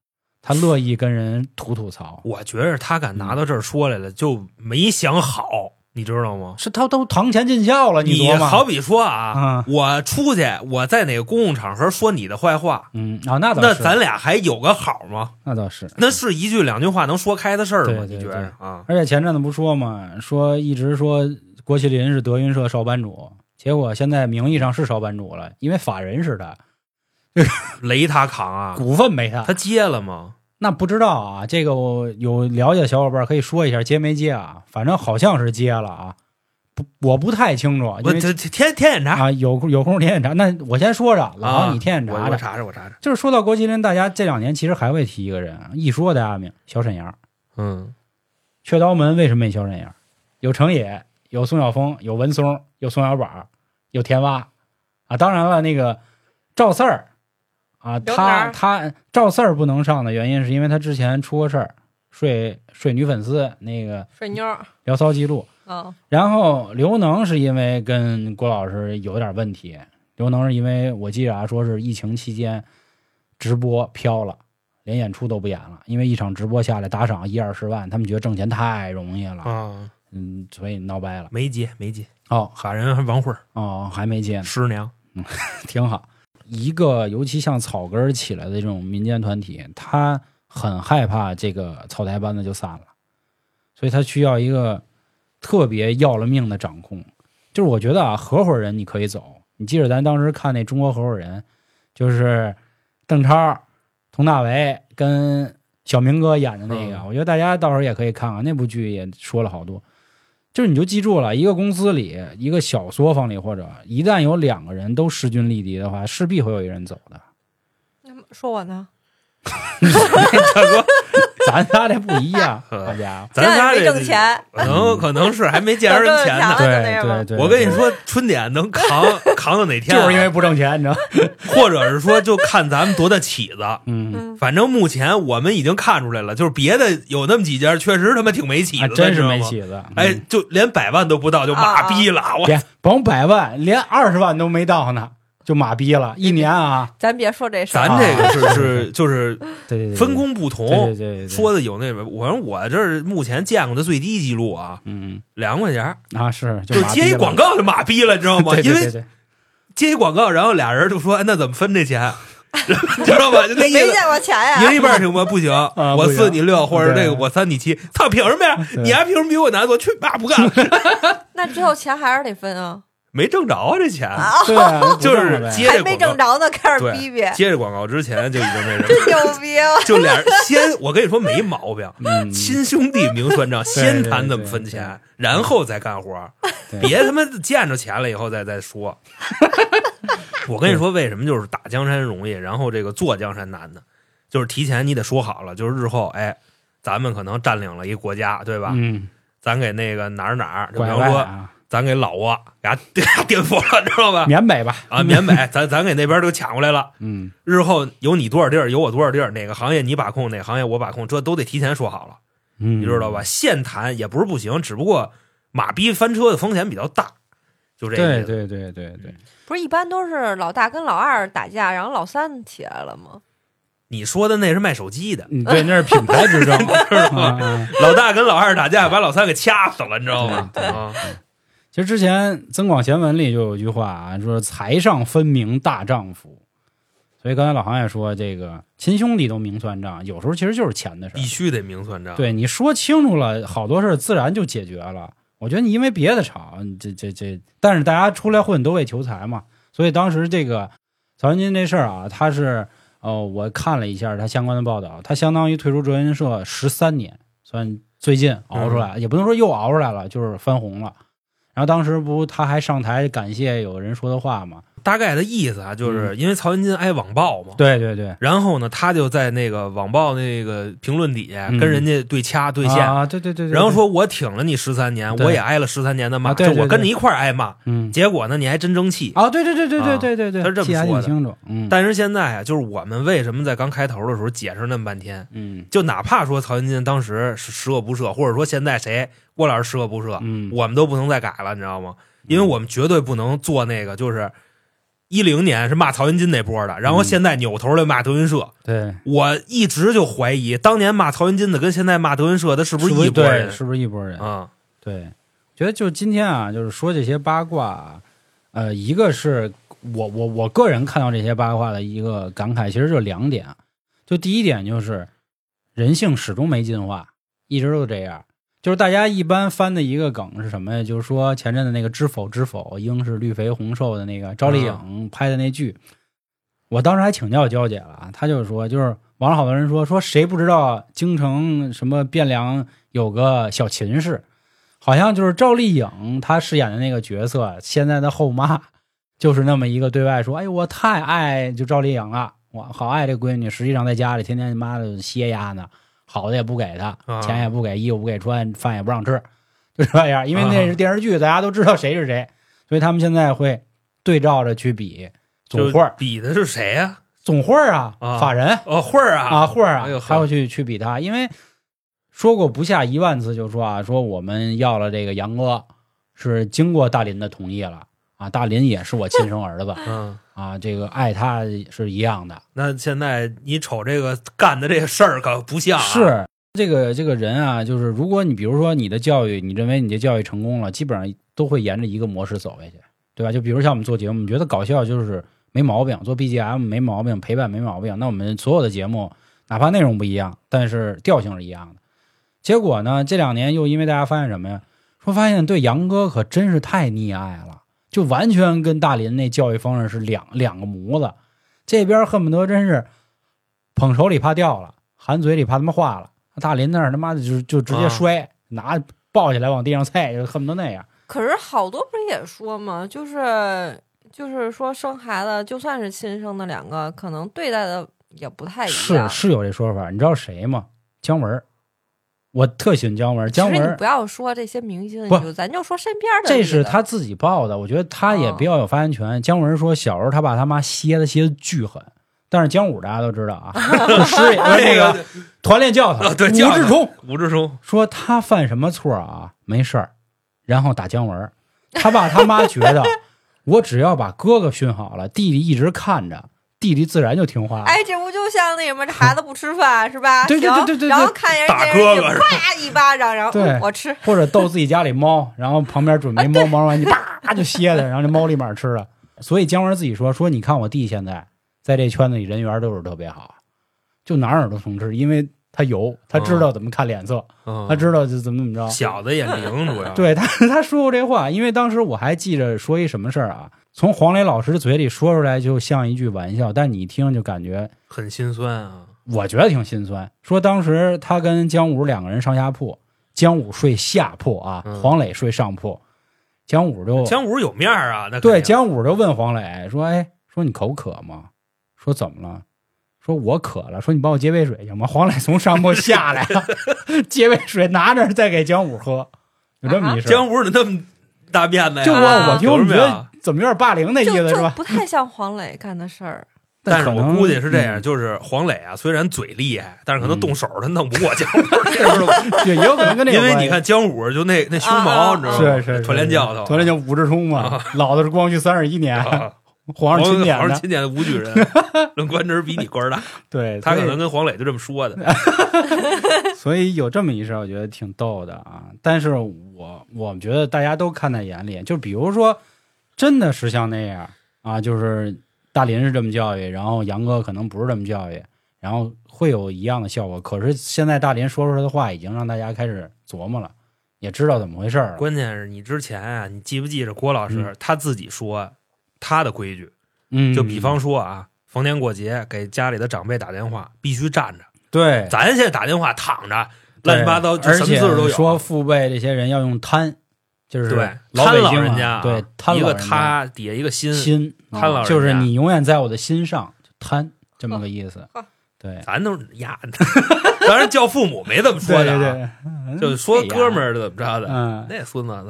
他乐意跟人吐吐槽。
我觉着他敢拿到这儿说来了，就没想好，你知道吗？
是他都堂前尽孝了，
你
琢磨？
好比说啊
啊，
我出去，我在哪个公共场合说你的坏话，
嗯啊，那倒
那
是
咱俩还有个好吗？
那倒是
那是一句两句话能说开的事儿吗？
对对
你觉着啊？
而且前阵子不说嘛，说一直说郭麒麟是德云社少班主，结果现在名义上是少班主了，因为法人是他，
雷他扛啊，
股份没他。
他接了吗？
那不知道啊，这个我有了解的小伙伴可以说一下接没接啊？反正好像是接了啊，不，我不太清楚，
我
因为
这这天天眼查，
啊有空有空天眼查。那我先说着，老王你天眼
啊
查
我我
着。
查查，我查查，
就是说到郭麒麟，大家这两年其实还会提一个人，啊一说大家名小沈阳。
嗯，
雀刀门为什么没小沈阳？有程野，有宋晓峰，有文松，有宋小宝，有田蛙啊。当然了，那个赵四儿啊，
刘能
他
儿
他赵四儿不能上的原因是因为他之前出过事儿，睡睡女粉丝那个
水妞儿，
聊骚记录。
嗯，
然后刘能是因为跟郭老师有点问题，刘能是因为我记着啊，说是疫情期间直播飘了，连演出都不演了，因为一场直播下来打赏一二十万，他们觉得挣钱太容易了，
啊，
嗯，所以闹掰了。
没接没接，
哦
喊人王慧儿
哦，还没接呢，
师娘，
挺好。一个尤其像草根儿起来的这种民间团体，他很害怕这个草台班子就散了，所以他需要一个特别要了命的掌控。就是我觉得啊，合伙人你可以走，你记着咱当时看那《中国合伙人》，就是邓超、佟大为跟小明哥演的那个，
嗯
我觉得大家到时候也可以看啊看那部剧，也说了好多。就是你就记住了，一个公司里，一个小作坊里，或者一旦有两个人都势均力敌的话，势必会有一人走的。
说我呢，
大哥，
咱仨这不一样，
呵
大家。
咱仨
现在也
这
没挣，钱，
可能可能是还没见着人钱
咱
呢
仨。
对
就那样吧
对对，
我跟你说，春点能扛扛到哪天啊、
就是因为不挣钱，你知道？
或者是说，就看咱们多大起子。
嗯，
嗯，
反正目前我们已经看出来了，就是别的有那么几家确实他妈挺没起
还
子
真
的，
是
你知道
没
吗。
起子。
哎
嗯，，啊
就连百万都不到就
啊
麻痹了，我
别甭百万，连二十万都没到呢，就马逼了，一年啊！
咱别说这事儿
咱
啊，
这个是是就是
对对对，
分工
对对
不
对
同，
对，
说的有那什么，我说我这儿目前见过的最低记录啊，
嗯
两块钱儿，
啊是就
就
麻痹
接一
了
广，告就麻痹了，你知道吗？
对
因
对
为
对对
接一广告，然后俩人就说，哎，那怎么分这钱？ 你知道吧？就那
没
意思，
见过钱
一
呀
人。一半行吗？不行，我
不行
四你六，或者
对
这个我三你七，操，凭什么呀？
对
你还凭什么比我难做？去吧，不干了，
那之后钱还是得分啊，
没挣着啊，这钱
啊
对 啊，不
就
挣了呗
是接
还
这
没
广
挣
告，
着呢，开始
对
逼逼，
接这广告之前就已经那什么
真。牛逼啊！
就俩人先，我跟你说没毛病，
嗯
亲兄弟明算 账，先谈怎么分
对对
钱，然后再干活，
对
别他妈见着钱了以后再 再说。我跟你说，为什么就是打江山容易，然后这个做江山难呢？就是提前你得说好了，就是日后，哎，咱们可能占领了一国家，对吧？
嗯，
咱给那个哪儿哪儿，就比
拐
方
外
说，
啊，嗯
咱给老挝给他 给他颠覆了，知道吧？
缅北吧，
啊，缅北，咱咱给那边都抢过来了。
嗯，
日后有你多少地儿，有我多少地儿，哪个行业你把控，哪个行业我把控，这都得提前说好了，
嗯，
你知道吧？现谈也不是不行，只不过马逼翻车的风险比较大，就这
对？嗯
意思。
对对对对
不是一般都是老大跟老二打架，然后老三起来了吗？
你说的那是卖手机的，
对，对，那是品牌之 争，啊啊
老大跟老二打架，把老三给掐死了，你知道吗？
对
啊，
其实之前《增广贤文》里就有一句话啊，说“财上分明大丈夫”，所以刚才老航也说，这个亲兄弟都明算账，有时候其实就是钱的事儿
必。须得明算账。
对，你说清楚了，好多事儿自然就解决了。我觉得你因为别的吵，你这这这，但是大家出来混都为求财嘛，所以当时这个曹云金这事儿啊，他是呃，我看了一下他相关的报道，他相当于退出德云社十三年，算最近熬出来，
嗯
也不能说又熬出来了，就是翻红了。然后当时不他还上台感谢有人说的话嘛？
大概的意思啊，
嗯
就是因为曹云金挨网暴嘛，
对对对，
然后呢，他就在那个网暴那个评论底下
嗯
跟人家对掐对线，
啊，对对对对，
然后说我挺了你十三年，
对
我也挨了十三年的骂，
啊对对
就我跟
对
你一块儿挨骂，
嗯
结果呢你还真争气。
啊，对对对对对对对对，
啊他是这么
记得还
说
挺
的
清楚，嗯，
但是现在啊，就是我们为什么在刚开头的时候解释那么半天，
嗯
就哪怕说曹云金当时是十恶不赦，或者说现在谁郭老师十恶不赦，
嗯，
我们都不能再改了，你知道吗？因为我们绝对不能做那个，就是一零年是骂曹云金那波的，然后
嗯
现在扭头来骂德云社。
对。
我一直就怀疑，当年骂曹云金的跟现在骂德云社的是不是一拨人
对？是不是一拨人？
啊？
对，觉得就今天啊，就是说这些八卦啊，呃，一个是我我我个人看到这些八卦的一个感慨，其实就两点啊，就第一点就是人性始终没进化，一直都这样。就是大家一般翻的一个梗是什么呀？就是说前阵的那个《知否知否》，应是绿肥红瘦的那个赵丽颖拍的那剧，我当时还请教娇姐了啊，她就说，就是网上好多人说说谁不知道京城什么汴梁有个小秦氏，好像就是赵丽颖她饰演的那个角色，现在的后妈 就是那么一个对外说，哎呦我太爱就赵丽颖了，我好爱这闺女，实际上在家里天天妈的歇丫呢，好的也不给她，
啊
钱也不给，衣服不给穿，饭也不让吃， 就这样，因为那是电视剧，大家都知道谁是
啊
谁，所以他们现在会对照着去比。总
就
会儿
比的是谁呀？
总会儿啊，
啊
法人
哦，慧儿啊，
啊，会儿啊，
哎呦呵
还要去去比他，因为说过不下一万次，就说啊，说我们要了这个杨哥，是经过大林的同意了啊，大林也是我亲生儿子
嗯。
啊，这个爱他是一样的，
那现在你瞅这个干的这个事儿可不像、啊，
是这个这个人啊，就是如果你比如说你的教育，你认为你的教育成功了，基本上都会沿着一个模式走下去，对吧？就比如像我们做节目，我们觉得搞笑就是没毛病，做 BGM 没毛病，陪伴没毛病，那我们所有的节目哪怕内容不一样，但是调性是一样的。结果呢，这两年又因为大家发现什么呀？说发现对杨哥可真是太溺爱了，就完全跟大林那教育方式是两两个模子。这边恨不得真是捧手里怕掉了，含嘴里怕他妈化了。大林那儿他妈的就就直接
啊
摔，拿抱起来往地上踩，就恨不得那样。
可是好多不是也说嘛，就是就是说生孩子，就算是亲生的两个，可能对待的也不太一
是
样。
是有这说法，你知道谁吗？姜文儿，我特喜欢姜文儿。姜
其
文
实你
儿
不要说这些明星，你
不
就咱就说身边的例
这
子，
是他自己报的，我觉得他
哦
也比较有发言权。姜文说小时候他爸他妈歇他歇的巨狠，但是姜武大家都知道 啊，就师爷呃那
那
个
个
团练教他，
啊对教
吴
他
志忠
吴志忠
说他犯什么错啊？没事儿，然后打姜文，他爸他妈觉 得我只要把哥哥训好了，弟弟一直看着，弟弟自然就听话了。
哎，这不就像那什么，这孩子不吃饭是吧？
啊对对
行
对对对对
然后看人
打
家
胳膊
人家
是
啪一巴掌，然后
对
嗯我吃，
或者逗自己家里 猫，然后旁边准
啊
备猫忙完，你叭就歇了，然后这猫立马吃了。所以姜文自己说说，你看我弟现在在这圈子里人缘都是特别好，就哪儿哪儿都通吃，因为他油，他知道怎么看脸色，
嗯
他知道就怎么怎么着。
小子也灵，主要
对他， 他说过这话，因为当时我还记着说一什么事儿啊，从黄磊老师嘴里说出来就像一句玩笑，但你一听就感觉
很心酸啊。
我觉得挺心酸。说当时他跟姜武两个人上下铺，姜武睡下铺啊，
嗯
黄磊睡上铺。姜武就
姜武有面儿啊，那肯定
对姜武就问黄磊说：“哎，说你口渴吗？说怎么了？说我渴了，说你帮我接杯水行吗？黄磊从上坡下来了， 接杯水拿着再给姜武喝，有这么一事儿。
江湖里那么大面子呀，
就
啊
我我听
有啊什
我
么
觉
呀
得怎么有点霸凌的意
就
思是
就
吧？
不太像黄磊干的事儿。
但是
可
我
能
估计是这样，
嗯
就是黄磊啊，虽然嘴厉害，但是可能
嗯
动手他弄不过江 湖，
对，也有可能跟这
因
有
为
关
你
系
看江武就那那胸毛，
啊
你知道吗？
是是是
团联教头，
团联教武志冲 嘛，老子是光绪三十一年，
啊
皇上钦点
皇上
的，
钦点的武 举人，论官职比你官儿大，
对，
他可
所以
能跟黄磊就这么说的。
所以有这么一事儿，我觉得挺逗的啊。但是我我觉得大家都看在眼里，就比如说，真的是像那样啊，就是大林是这么教育，然后杨哥可能不是这么教育，然后会有一样的效果。可是现在大林说出来的话，已经让大家开始琢磨了，也知道怎么回事儿了。
关键是你之前啊，你记不记着郭老师
嗯
他自己说他的规矩？
嗯，
就比方说啊，逢年过节给家里的长辈打电话必须站着，
对，
咱现在打电话躺着，乱七八糟
对
就什么
而且
字儿都有。
说父辈这些人要用贪，就是
对，
老
贪
北
老
京
人
啊
家啊，
对贪
一
老
个
人家
他底下一个心，
心
贪老人家
就是你永远在我的心上，就贪这么个意思
呵呵。
对，
咱都是呀， 当然叫父母没这么说的
对
啊，
对，嗯
就是说哥们，儿怎么着
这
的，
样嗯，
那孙子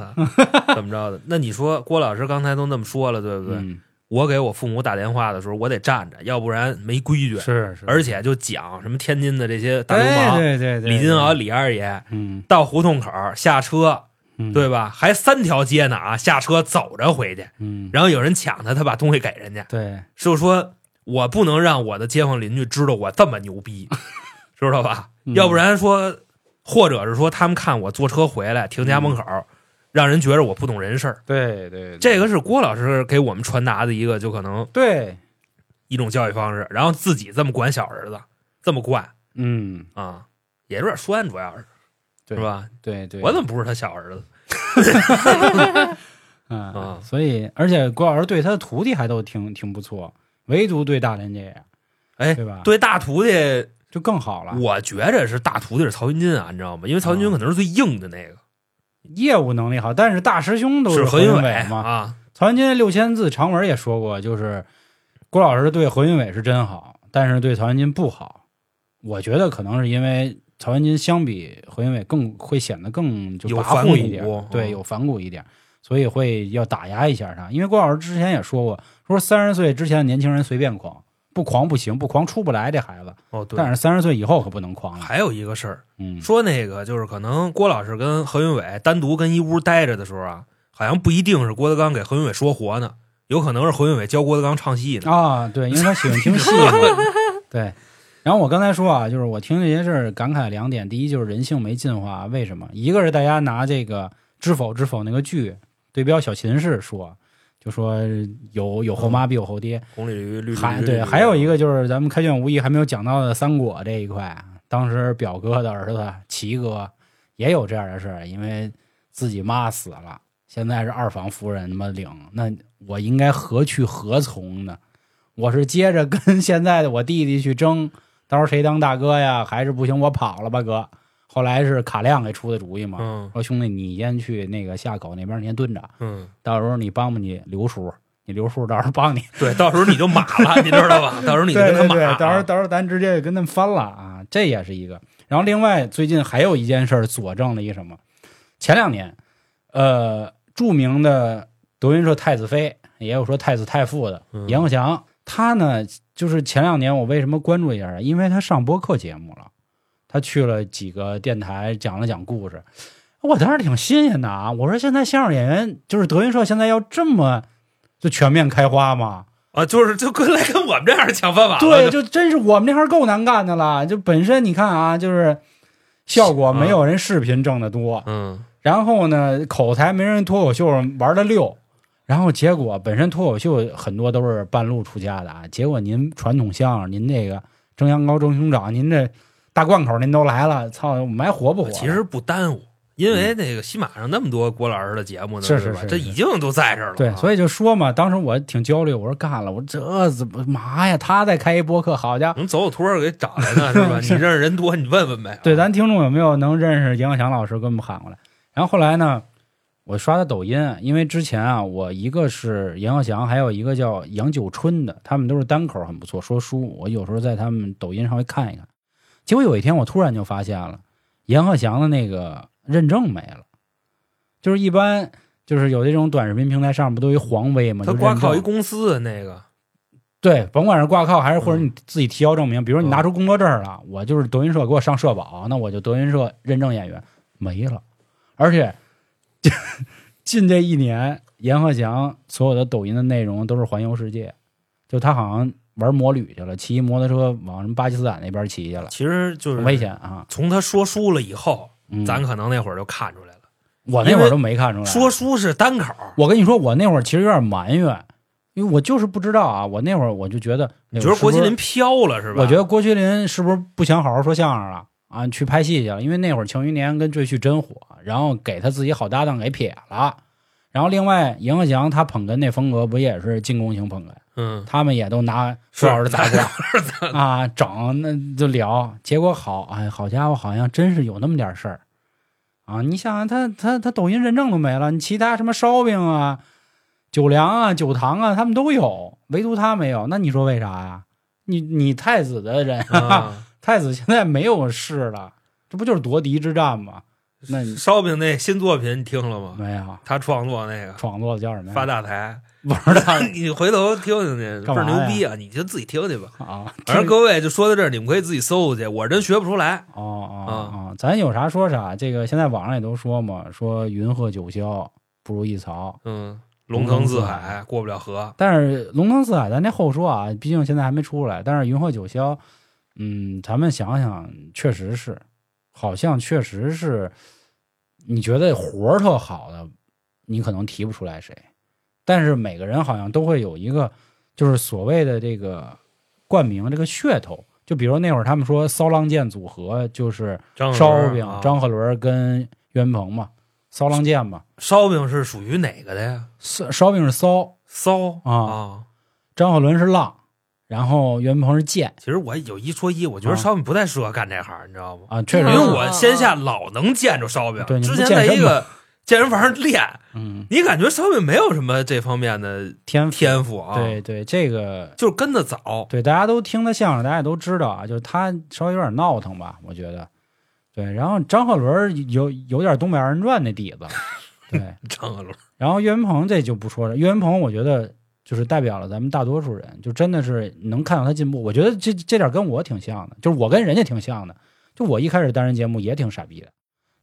他怎么 着的？那你说郭老师刚才都那么说了，对不对？
嗯
我给我父母打电话的时候，我得站着，要不然没规矩。
是是，
而且就讲什么天津的这些大流
对
氓，
对对对，
李金鳌、
鳌，
李二爷
嗯，
到胡同口下车，
嗯
对，吧？还三条街呢啊，下车走着回去，
嗯，
然后有人抢他，他把东西给人家。
对，
就说我不能让我的街坊邻居知道我这么牛逼，知道吧？
嗯
要不然说，或者是说他们看我坐车回来停家门口，让人觉着我不懂人事儿。
对对，
这个是郭老师给我们传达的一个，就可能
对，
一种教育方式，然后自己这么管小儿子，这么惯
嗯，
啊，也有点酸，主要是
对
是吧？
对对，
我怎么不是他小儿子？啊
嗯，所以而且郭老师对他的徒弟还都挺挺不错，唯独对大连这样，
哎
对吧？
对大徒弟，
就更好了，
我觉着是大徒弟是曹云金啊，你知道吗？因为曹云金可能是最硬的那个，
业务能力好，但是大师兄都
是
何
云
云
伟
嘛，
啊，
曹云金六千字长文也说过，就是郭老师对何云伟是真好，但是对曹云金不好。我觉得可能是因为曹云金相比何云伟更会显得更就
有
跋
反骨
扈一点，
嗯
对，有反骨一点，所以会要打压一下他。因为郭老师之前也说过，说三十岁之前的年轻人随便狂，不狂不行，不狂出不来这孩子。
哦对，
但是三十岁以后可不能狂了。
还有一个事儿，
嗯，
说那个就是可能郭老师跟何云伟单独跟一屋待着的时候啊，好像不一定是郭德纲给何云伟说活呢，有可能是何云伟教郭德纲唱戏 呢。嗯
啊，对，因为他喜欢听戏嘛。对，然后我刚才说啊，就是我听这些事儿感慨两点：第一，就是人性没进化，为什么？一个是大家拿这个《知否知否》那个剧对标小秦氏说，就说有有后妈必有后爹，
红鲤驴，绿
还
驴，
对，还有一
个
个就是咱们开卷无益还没有讲到的三国这一块，当时表哥的儿子齐哥也有这样的事儿，因为自己妈死了，现在是二房夫人他妈领，那我应该何去何从呢？我是接着跟 现在的我弟弟去争，到时候谁当大哥呀？还是不行，我跑了吧，哥。后来是卡亮给出的主意嘛，
嗯
说兄弟你先去那个夏口那边，你先蹲着，
嗯，
到时候你帮帮你刘叔，你刘叔到时候帮你。
对，到时候你就马 了，你知道吧？到时候你就
对
跟他
对对，
马啊，
到时候到时候咱直接跟他们翻了啊，这也是一个。然后另外最近还有一件事儿佐证了一什么？前两年，呃，著名的德云社太子妃，也有说太子太傅的
嗯
阎鹤祥，他呢就是前两年我为什么关注一下，啊因为他上播客节目了，他去了几个电台讲了讲故事，我当时挺新鲜的啊，我说现在相声演员就是德云社现在要这么就全面开花吗？
啊，就是就跟来跟我们这样抢饭碗
对，
了，
就真是我们这行够难干的了。就本身你看啊，就是效果没有人视频挣得多，
嗯，
然后呢，口才没人脱口秀玩的溜，然后结果本身脱口秀很多都是半路出家的啊，结果您传统相声，您这个蒸羊羔、蒸熊掌，您这大贯口您都来了，操，我们还活不活？嗯
其实不耽误。因为那个喜马上那么多郭老师的节目呢，
是是
对吧
是
这
是
已经都在这儿了啊。
对，所以就说嘛，当时我挺焦虑，我说干了，我说这怎么嘛呀？他再开一播客，好家伙！
能走走托儿给找来呢，是 吧？你认识人多，你问问呗。
对，
啊
咱听众有没有能认识阎鹤祥老师，给我们喊过来。然后后来呢，我刷的抖音，因为之前啊，我一个是阎鹤祥，还有一个叫杨九春的，他们都是单口很不错，说书。我有时候在他们抖音上会看一看。结果有一天，我突然就发现了阎鹤祥的那个认证没了，就是一般就是有这种短视频平台上不都有一黄威吗？
他
就
挂
认
靠一
证
公司的那个，
对，甭管是挂靠还是
嗯
或者你自己提交证明，比如你拿出工作证了，我就是德云社给我上社保，那我就德云社认证演员没了，而且 近这一年，阎鹤祥所有的抖音的内容都是环游世界，就他好像玩摩旅去了，骑一摩托车往什么巴基斯坦那边骑去了，
其实就
很危
是
险啊！
从他说书了以后，
嗯、
咱可能那会儿就看出来了，
我那会儿都没看出来，
说书是单口，
我跟你说，我那会儿其实有点埋怨，因为我就是不知道啊，我那会儿我就觉得，哎
你觉得郭麒
麟。
麟飘了是吧？
我觉得郭麒麟是不是不想好好说相声了啊？去拍戏去了，因为那会儿《庆余年》跟《赘婿》真火，然后给他自己好搭档给撇了。然后另外，阎鹤祥他捧哏那风格不也是进攻型捧哏？
嗯，
他们也都 拿
是
说老师砸锅啊，整那就聊，结果好，哎，好家伙，好像真是有那么点事儿啊！你想想，他他他抖音认证都没了，你其他什么烧饼啊、酒粮啊、酒堂啊，他们都有，唯独他没有，那你说为啥呀？你你太子的人，
啊
太子现在没有事了，这不就是夺嫡之战吗？那你
烧饼那新作品你听了吗？
没有
他创作那个
创作的叫什么
发
呀？
大财，
玩儿的
你回头听听去，倍
干
儿
嘛
牛
呀
逼啊！你就自己听去吧。
啊！
反正各位就说到这儿，你们可以自己搜去，我真学不出来。
哦
啊
哦哦，咱有啥说啥。这个现在网上也都说嘛，说云鹤九霄不如一曹。
嗯，龙腾四
龙腾四海
海过不了河，
但是龙腾四海，咱这后说啊，毕竟现在还没出来。但是云鹤九霄，嗯，咱们想想，确实是，好像确实是，你觉得活儿特好的，你可能提不出来谁。但是每个人好像都会有一个，就是所谓的这个冠名这个噱头。就比如那会儿他们说骚浪剑组合，就是
张
烧饼
啊、
张鹤伦跟袁鹏嘛，骚浪剑嘛，
烧饼是属于哪个的呀？
烧烧饼是骚，
骚
啊张鹤伦是浪，然后袁鹏是剑
其实我有一说一，我觉得
啊
烧饼不太适合干这行，你知道吗？
啊，确
因
实
嗯
为
是，
我线下老能见着烧饼
对，你不
之前
健
在
身
一个健身房练，
嗯，
你感觉烧饼没有什么这方面的
天赋
天赋啊？
对，对，这个
就是跟的早。
对大家都听他相声，大家也都知道啊，就是他稍微有点闹腾吧，我觉得。对，然后张鹤伦有有点东北二人转那底子，对，
张鹤伦
然后岳云鹏这就不说了，岳云鹏我觉得就是代表了咱们大多数人，就真的是能看到他进步。我觉得这这点跟我挺像的，就是我跟人家挺像的。就我一开始单人节目也挺傻逼的，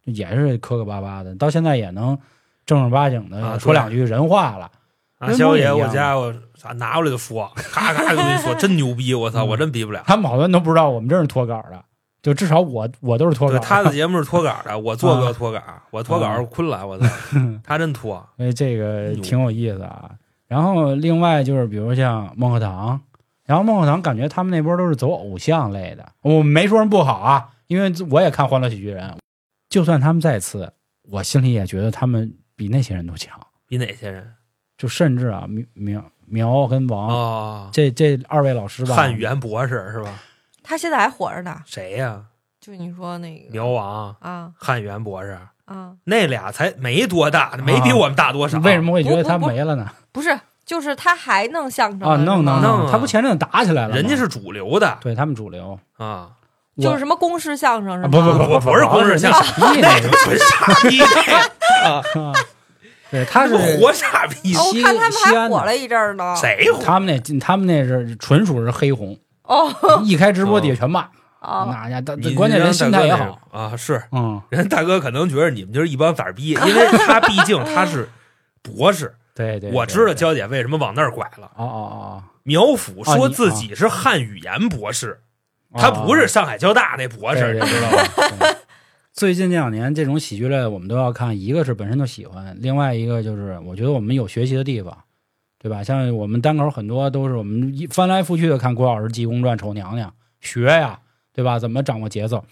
就也是磕磕巴巴的，到现在也能正儿八经
啊
的说两句人话了。
啊，
跟
肖
梦一
爷，
样
我家我啥拿过来就说，咔咔就 跟你说，真牛逼！我操，
嗯
我真比不了。
他们好多人都不知道我们这是脱稿的，就至少我我都是脱稿
对，
的。
他的节目是脱稿的，我做不了
啊
脱稿，我脱稿是昆了，我操， 他真脱。
所以这
哎
个挺有意思啊。然后另外就是，比如像孟鹤堂，然后孟鹤堂感觉他们那波都是走偶像类的，我没说人不好啊，因为我也看《欢乐喜剧人》，就算他们再次，我心里也觉得他们比那些人都强，
比哪些人
就甚至啊，苗苗苗跟王、
哦，
这这二位老师啊吧，
汉语言博士是吧？
他现在还活着呢，
谁呀？
就你说那个
苗王、
啊
汉语言博士，
啊，
那俩才没多大，没比我们大多少。
啊为什？么会觉得他
不不不
没了呢？
不是，就是他还弄相声
啊，
呢
弄
是吗
弄
弄啊
他不前阵子打起来了吗，
人家是主流的
对他们主流，
啊，
就是
我
什么公式相声是
啊
吗？
不不不
我不是公式相
声，那
那
那
就
个
纯傻逼，
啊，对，他是
活傻逼。
哦，我看他们
西西
还
安的
火了一阵儿呢。
谁活？
他们那他们那是纯属是黑红，
哦
一开直播底下全骂，
哦，
那家伙
你
关键人心态也
让大
好，
哥那个啊，是
嗯，
人大哥可能觉得你们就是一帮色儿逼，因为他毕竟他是博士，
对对，
我
对
知道
对
娇姐为什么往那儿拐了。
哦哦
苗阜说
啊你
自己是汉语言博士，
哦，
他不是上海交大那博
博
士，
士，
你
对
知 道吗？？
对对 最近这两年这种喜剧类我们都要看，一个是本身就喜欢，另外一个就是我觉得我们有学习的地方，对吧？像我们单口很多都是我们一翻来覆去的看郭老师《济公传》《丑娘娘》，学呀，对吧？怎么掌握节奏？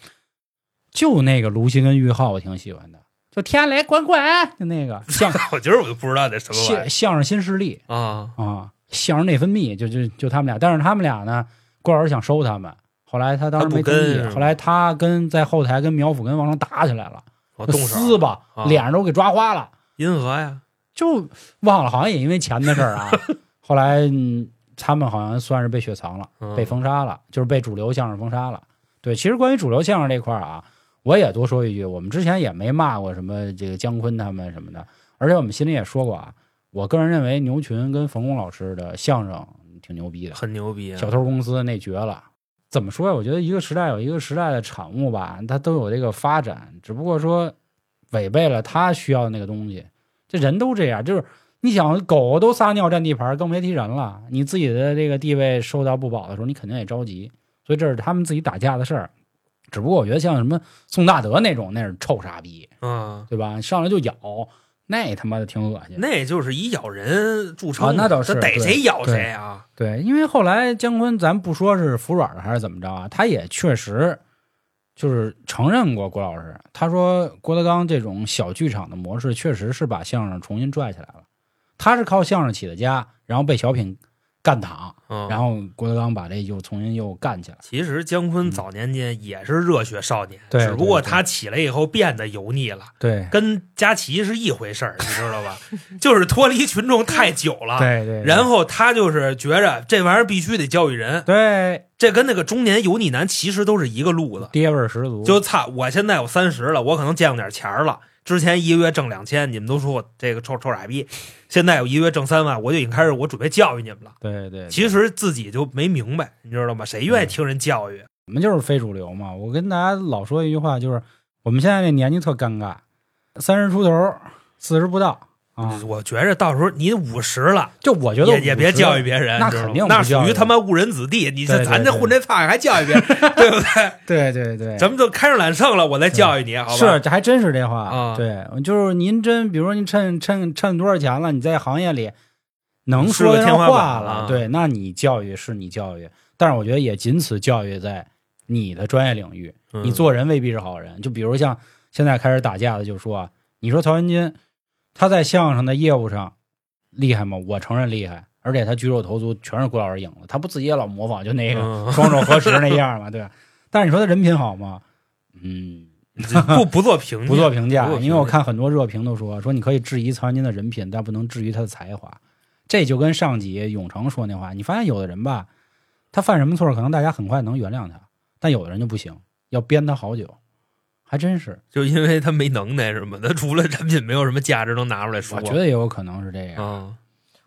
就那个卢鑫跟俞灏，我挺喜欢的，就天雷滚滚，就那个 像
我今儿我就不知道那什么玩
相
意
相声新势力
儿啊，
啊，相声内分泌，就就就他们俩。但是他们俩呢，郭老师想收他们，后来他当时
他不
没同
跟
意
是吧，
后来他跟在后台跟苗阜跟王成打起来了，
我
就
动手
撕吧
啊，
脸上都给抓花了。
银河呀，
就忘了，好像也因为钱的事 儿啊。后来、嗯他们好像算是被雪藏了，
嗯
被封杀了，就是被主流相声封杀了。对，其实关于主流相声这块儿啊，我也多说一句，我们之前也没骂过什么这个姜昆他们什么的，而且我们心里也说过啊，我个人认为牛群跟冯巩老师的相声挺牛逼的，
很牛逼啊。
小偷公司那绝了。怎么说呀？我觉得一个时代有一个时代的产物吧，它都有这个发展，只不过说违背了他需要的那个东西。这人都这样，就是你想狗都撒尿占地盘，更别提人了。你自己的这个地位受到不保的时候，你肯定也着急。所以这是他们自己打架的事儿。只不过我觉得像什么宋大德那种，那是臭傻逼，
嗯，
对吧？上来就咬，那他妈的挺恶心。
那就是以咬人著称
啊
的，
那倒是
这逮
对
谁咬
对
谁啊。
对，因为后来姜昆，咱不说是服软了还是怎么着啊，他也确实就是承认过郭老师，他说郭德纲这种小剧场的模式确实是把相声重新拽起来了。他是靠相声起的家，然后被小品干躺，
嗯，
然后郭德纲把这又重新又干起来。
其实姜昆早年间也是热血少年，
嗯对
只不过
对对
他起来以后变得油腻了，
对，
跟佳琪是一回事儿，你知道吧？ 就是脱离群众太久了。
对对，
啊然后他就是觉着这玩意儿必须得教育人，
对
这跟那个中年油腻男其实都是一个路子。
爹味儿十足，
就操，我现在我三十了，我可能见过点钱儿了。之前一个月挣两千，你们都说我这个臭臭傻逼，现在我一个月挣三万，我就已经开始我准备教育你们了。
对对。嗯
其实自己就没明白，你知道吗？谁愿意听人教育？
我们就是非主流嘛。我跟大家老说一句话，就是我们现在这年纪特尴尬，三十出头，四十不到啊。
我觉着到时候你五十了，
就我觉得
也也别
50
教育别人，
那
你知道吗
肯定不
那
教
属
育
于他妈误人子弟。你
对
这
对
咱这
对
混这饭还教 育别人，对不对？
对对对，
咱们都开上揽胜了，我再教育你，好吧？
是这还真是这话
啊
对，就是您真，比如说您趁趁趁多少钱了，你在行业里能
是
说
个
上
天花板
话
了啊
对，那你教育是你教育，但是我觉得也仅此教育在你的专业领域。
嗯
你做人未必是好人。就比如像现在开始打架的，就说啊，你说曹云金，他在相声的业务上厉害吗？我承认厉害，而且他举手投足全是郭老师影子，他不自己也老模仿就那个
嗯
双手合十那样嘛，对吧？但是你说他人品好吗？嗯，
不不做评价，
不做评价
不，做评价
因为我看很多热评都说说你可以质疑曹云金的人品，但不能质疑他的才华。这就跟上集永成说那话，你发现有的人吧，他犯什么错儿，可能大家很快能原谅他，但有的人就不行，要鞭他好久，还真是。
就因为他没能耐什么的，除了产品没有什么价值能拿出来说。
我觉得也有可能是这样。
啊，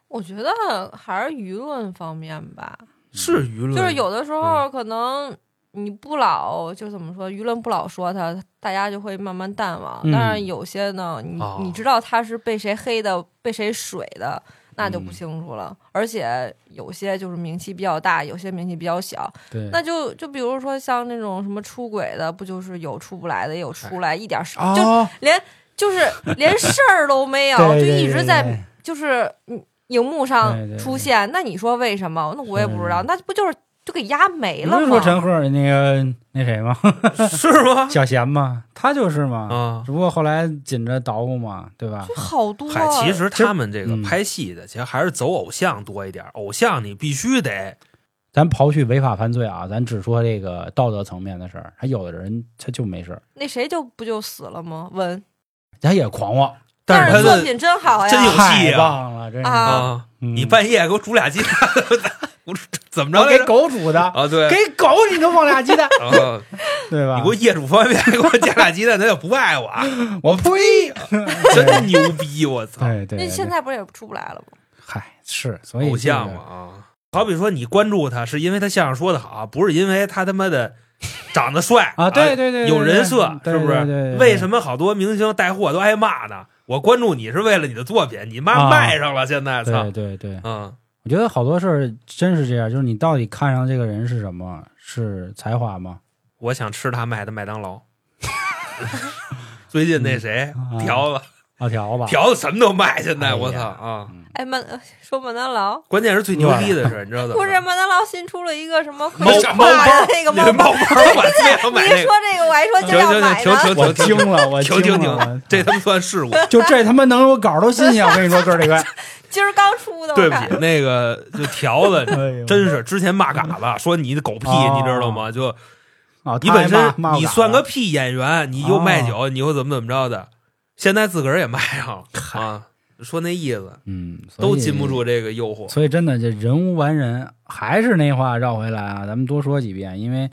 我觉得还是舆论方面吧，
是舆论，
就是有的时
嗯
候可能你不老，就怎么说，舆论不老说他，大家就会慢慢淡忘。
嗯
但是有些呢，你、
哦
你知道他是被谁黑的，被谁水的，那
嗯
就不清楚了。而且有些就是名气比较大，有些名气比较小，
对，
那就就比如说像那种什么出轨的，不就是有出不来的，也有出来一点事，就
哎哦，
连就是连事儿都没有，
对
就
对
一直在
对对
就是嗯荧
对
幕
对
上出现。那你说为什么？那我也不知道。那不就是就给压没
你
了
不是说
吗？
陈赫那个那谁吗？
是 吗？
小贤吗？他就是嘛，
啊，
只不过后来紧着捣鼓嘛，对吧？
好多、
嗨，
啊，
其实他们这个
嗯
拍戏的，其实还是走偶像多一点。偶像你必须得
咱刨去违法犯罪啊，咱只说这个道德层面的事儿。还有的人他就没事儿，
那谁就不就死了吗？文，
他也狂妄，
但是他
是
的
作品真好呀，
真有
太
戏啊
棒了，真是。
啊
啊，
嗯
你半夜给我煮俩鸡蛋，我怎么着
我
来
给
着？
狗煮的，
啊，对，
给狗你都放俩鸡 蛋，
啊，
对吧？
你给我业主方便面，给我加俩鸡蛋，他就不爱我啊，
我呸！
啊真的牛逼！我操，
对对，
那
对
现在不是也出不来了吗？
嗨是，所以
偶
这个
像嘛，啊。好比说，你关注他是因为他相声说的好，啊不是因为他他妈的长得帅
啊，对对对，对
哎有人设，
对
是不
对对对对
是？为什么好多明星带货都挨骂呢？我关注你是为了你的作品，你妈
啊
卖上了，现在操
对，对对，
嗯，
我觉得好多事儿真是这样，就是你到底看上这个人是什么？是才华吗？
我想吃他卖的麦当劳。 最近那谁
嗯啊
条子，
阿条吧，
条子什么都卖，现
哎
在
呀
我操啊！
哎，麦呃说麦当劳，
关键是最牛逼
嗯
的是，你知道怎
不
么
是
着？
麦当劳新出了一个什么可
猫
以
猫包
挂的那个
那
猫
个
包
猫。包，我最想
你
买
一
那
说
个。
这个，我
停
还说今儿要
停
买
停
呢。
停
我
停
惊
停！
了，我
停停
惊
停
了，，
这他妈算事 故。
就这他妈能有稿都新 鲜，我跟你说，哥儿几个，
今儿刚出的，
对
我
不
看
起，嗯那个就条子，
哎呦
真是之前骂嘎子，说你的狗屁，
哦
你知道吗？就
啊，
你
他
本
还
身
骂骂我
你
干
算
了哦
个屁演员，你又卖酒，你又怎么怎么着的，现在自个儿也卖上了，
嗨，
啊，说那意思
嗯，所以
都禁不。住这个诱惑。
所以真的，这人无完人，还是那话绕回来啊，咱们多说几遍，因为，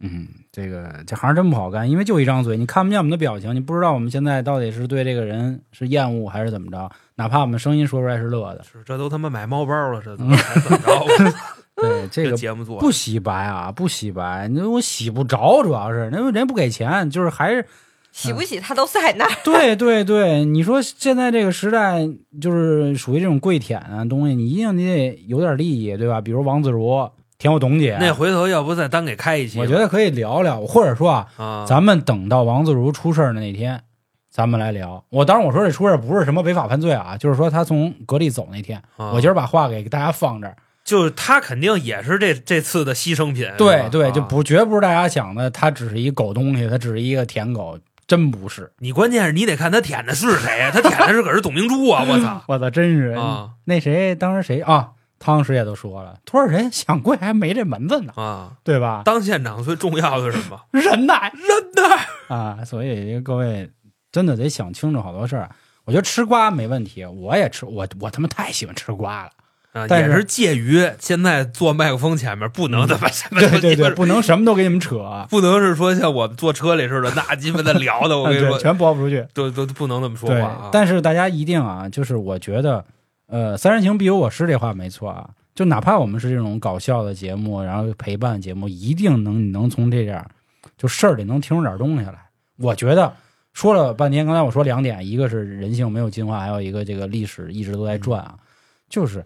嗯，这个这行真不好干，因为就一张嘴，你看不见我们的表情，你不知道我们现在到底是对这个人是厌恶还是怎么着，哪怕我们声音说出来是乐 的，
是，这都他妈买猫包了，这怎么还怎么 着？
对嗯这个
节目做
不洗白啊，不洗白，那我洗不着，主要是那人家不给钱，就是还是
洗不洗他都在那儿。
对对对，你说现在这个时代就是属于这种跪舔啊东西，你一定你得有点利益，对吧？比如王自如舔我董姐，
那回头要不再单给开一期吧？
我觉得可以聊聊，或者说啊，
啊，
咱们等到王自如出事儿的那天，咱们来聊。我当然我说这出事儿不是什么违法犯罪啊，就是说他从隔离走那天，
啊
我今儿把话给大家放这儿。
就是他肯定也是这这次的牺牲品。是吧
对对，就。
啊
不绝不是大家想的，他只是一狗东西，他只是一个舔狗，真不是。
你关键是你得看他舔的是谁啊，他舔的是可是董明珠啊！我操
我操，真是、
啊
那谁当时谁啊？汤师爷都说了，多少人想跪还没这门子呢，
啊！
对吧？
当现场最重要的是什么？
忍耐
真的
啊！所以各位真的得想清楚好多事儿。啊我觉得吃瓜没问题，我也吃，我我他妈太喜欢吃瓜了。
啊，
但
也
是嗯
是介于现在坐麦克风前面不能他妈什么都
对对
鸡巴
对，不能什么都给你们扯，啊、
不能是说像我们坐车里似的，那鸡巴的聊的，我跟你
嗯对，
说，
全播不出去。
都都都不能这么说
对
话啊，。
但是大家一定啊，就是我觉得，呃，三人行必有我师这话没错啊。就哪怕我们是这种搞笑的节目，然后陪伴节目，一定能你能从这点儿就事儿里能听出点东西来。我觉得说了半天，刚才我说两点，一个是人性没有进化，还有一个这个历史一直都在转啊，就是。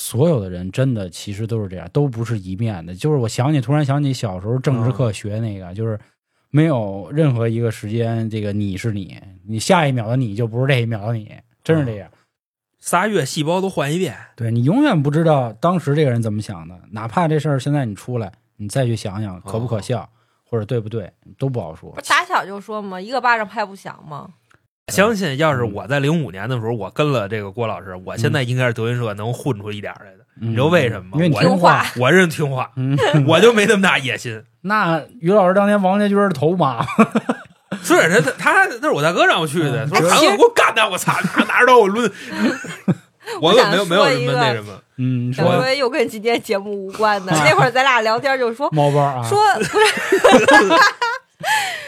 所有的人真的其实都是这样，都不是一面的。就是我想起，突然想起小时候政治课学那个，就是没有任何一个时间，这个你是你，你下一秒的你就不是这一秒的
啊
你，真是这样。
仨月细胞都换一遍，
对你永远不知道当时这个人怎么想的，哪怕这事儿现在你出来，你再去想
啊
想可不可笑、或者对不对，都不好说
不。是打小就说嘛，一个巴掌拍不响嘛。
嗯
相信要是我在零五年的时候，我跟了这个郭老师，我
嗯
现在应该是德云社能混出一点儿来的。
你
知道为什么吗
嗯因为你
我
听话。
我认听话，
嗯，
我就没那么大野心。
那于老师当年王家军是头马，
是他他他那是我大哥让我去的，
嗯
他说韩哥给我干的，我操，拿拿着刀 我抡。我
我
可
想
没有没有
说
什
一
么
个
那什么，
嗯，
小
说
薇又跟今天节目无 关的。那会儿咱俩聊天就说
猫包啊，
说不是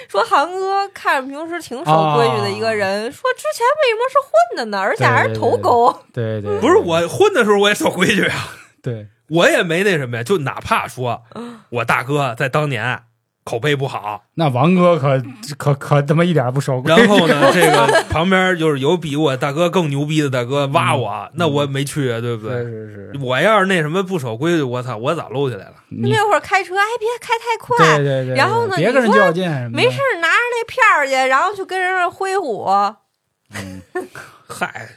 说韩哥看着平时挺守规矩的一
啊
个人，说之前为什么是混的呢？而且还是头狗。
对对，对
不是，我混的时候我也守规矩啊，
对，
我也没那什么呀，就哪怕说
嗯
我大哥在当年口碑不 好，
那王哥可可可他妈一点不守规矩
然后呢，这个旁边就是有比我大哥更牛逼的大哥挖我，那我没去啊，对不
嗯是
对？
是是，
我要是那什么不守规矩，我操，我早搂起来了。
你
那会儿开车，哎，别开太
对
快，
对对，
然后呢
别
你
跟人
说
较劲什么的，
没事儿拿着那票儿去，然后去跟人家挥舞。
嗯，
嗨，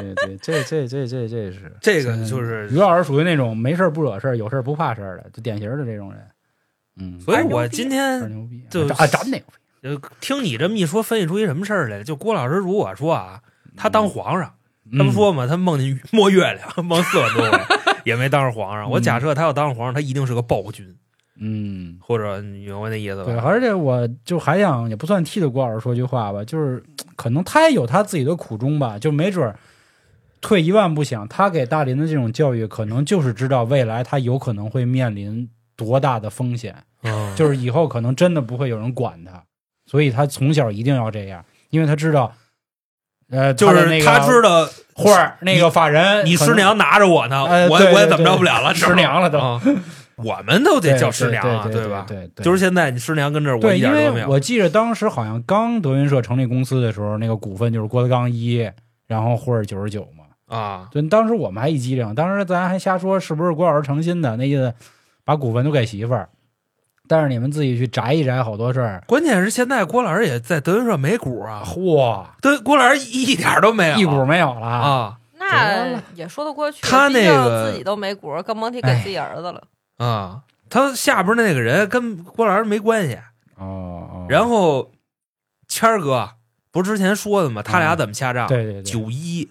对对，这这这这这 是
这个就是
于老师属于那种没事儿不惹事儿，有事儿不怕事儿的，就典型的这种人。嗯，
所以我今天
倍儿牛逼，
就
啊，咱们那个
呃，听你这么一说，分析出一什么事儿来了？就郭老师，如果说啊，
嗯
他当皇上， 他不说嘛，他梦见摸月亮，梦四万 多回，也没当上皇上。我假设他要当上皇上，他一定是个暴君，
嗯，
或者你明白那意思
对，
吧？
而且我就还想也不算替着郭老师说句话吧，就是可能他也有他自己的苦衷吧，就没准儿退一万步想，他给大林的这种教育，可能就是知道未来他有可能会面临多大的风险。
嗯，
就是以后可能真的不会有人管他，所以他从小一定要这样，因为他知道，呃，
就是他知
道
道
或儿那个法人，
你
可
师
能
娘拿着我呢，
呃
我
对
我也
对
怎么着
对
不了了，
师娘了都
啊， 我们都得
对
叫师娘啊，
对对
吧？
对，对
就是现在你师娘跟这儿，我
对，
一
因
点
为
都没有。
我记得当时好像刚德云社成立公司的时候，那个股份就是郭德纲一，然后霍尔九十九嘛。
啊，
对，当时我们还一激灵，当时咱还瞎说是不是郭老师诚心的，那意思把股份都给媳妇儿，但是你们自己去摘一摘好多事儿，
关键是现在郭老师也在德云社没股啊，
嚯，
德郭老师一点儿都没有
一股没有了啊
啊。
那也说得过去，
他那个哎
毕竟自己都没股，更甭提给自己儿子了。
啊，他下边那个人跟郭老师没关系。
哦，
然后谦儿哥不是之前说的吗？他俩怎么下账？
对对对，
啊九一，
嗯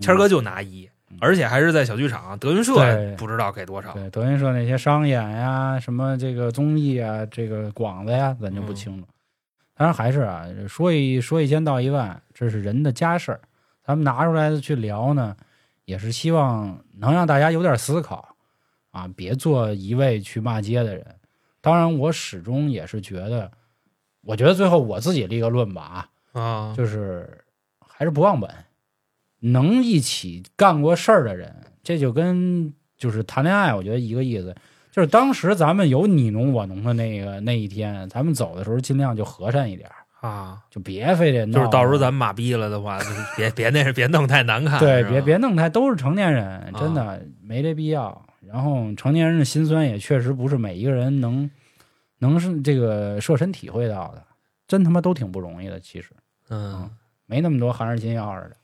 谦儿哥就拿一
嗯，
而且还是在小剧场，德云社
对
不知道给多少。
对德云社
嗯
那些商演呀、什么这个综艺啊、这个广子呀，咱就不清楚。当然还是啊，说一说一千道一万，这是人的家事儿。咱们拿出来去聊呢，也是希望能让大家有点思考啊，别做一味去骂街的人。当然，我始终也是觉得，我觉得最后我自己立个论吧啊，
啊，
就是还是不忘本，能一起干过事儿的人，这就跟就是谈恋爱，我觉得一个意思。就是当时咱们有你侬我侬的那个那一天，咱们走的时候尽量就和善一点儿，
啊，
就别非得闹
就是到时候
了
咱们马逼了的话，就是别别那别弄太难看，
对
是吧
别别弄太都是成年人，真的、没这必要。然后成年人的心酸也确实不是每一个人能能是这个设身体会到的，真他妈都挺不容易的，其实。
嗯
没那么多韩氏金钥匙的。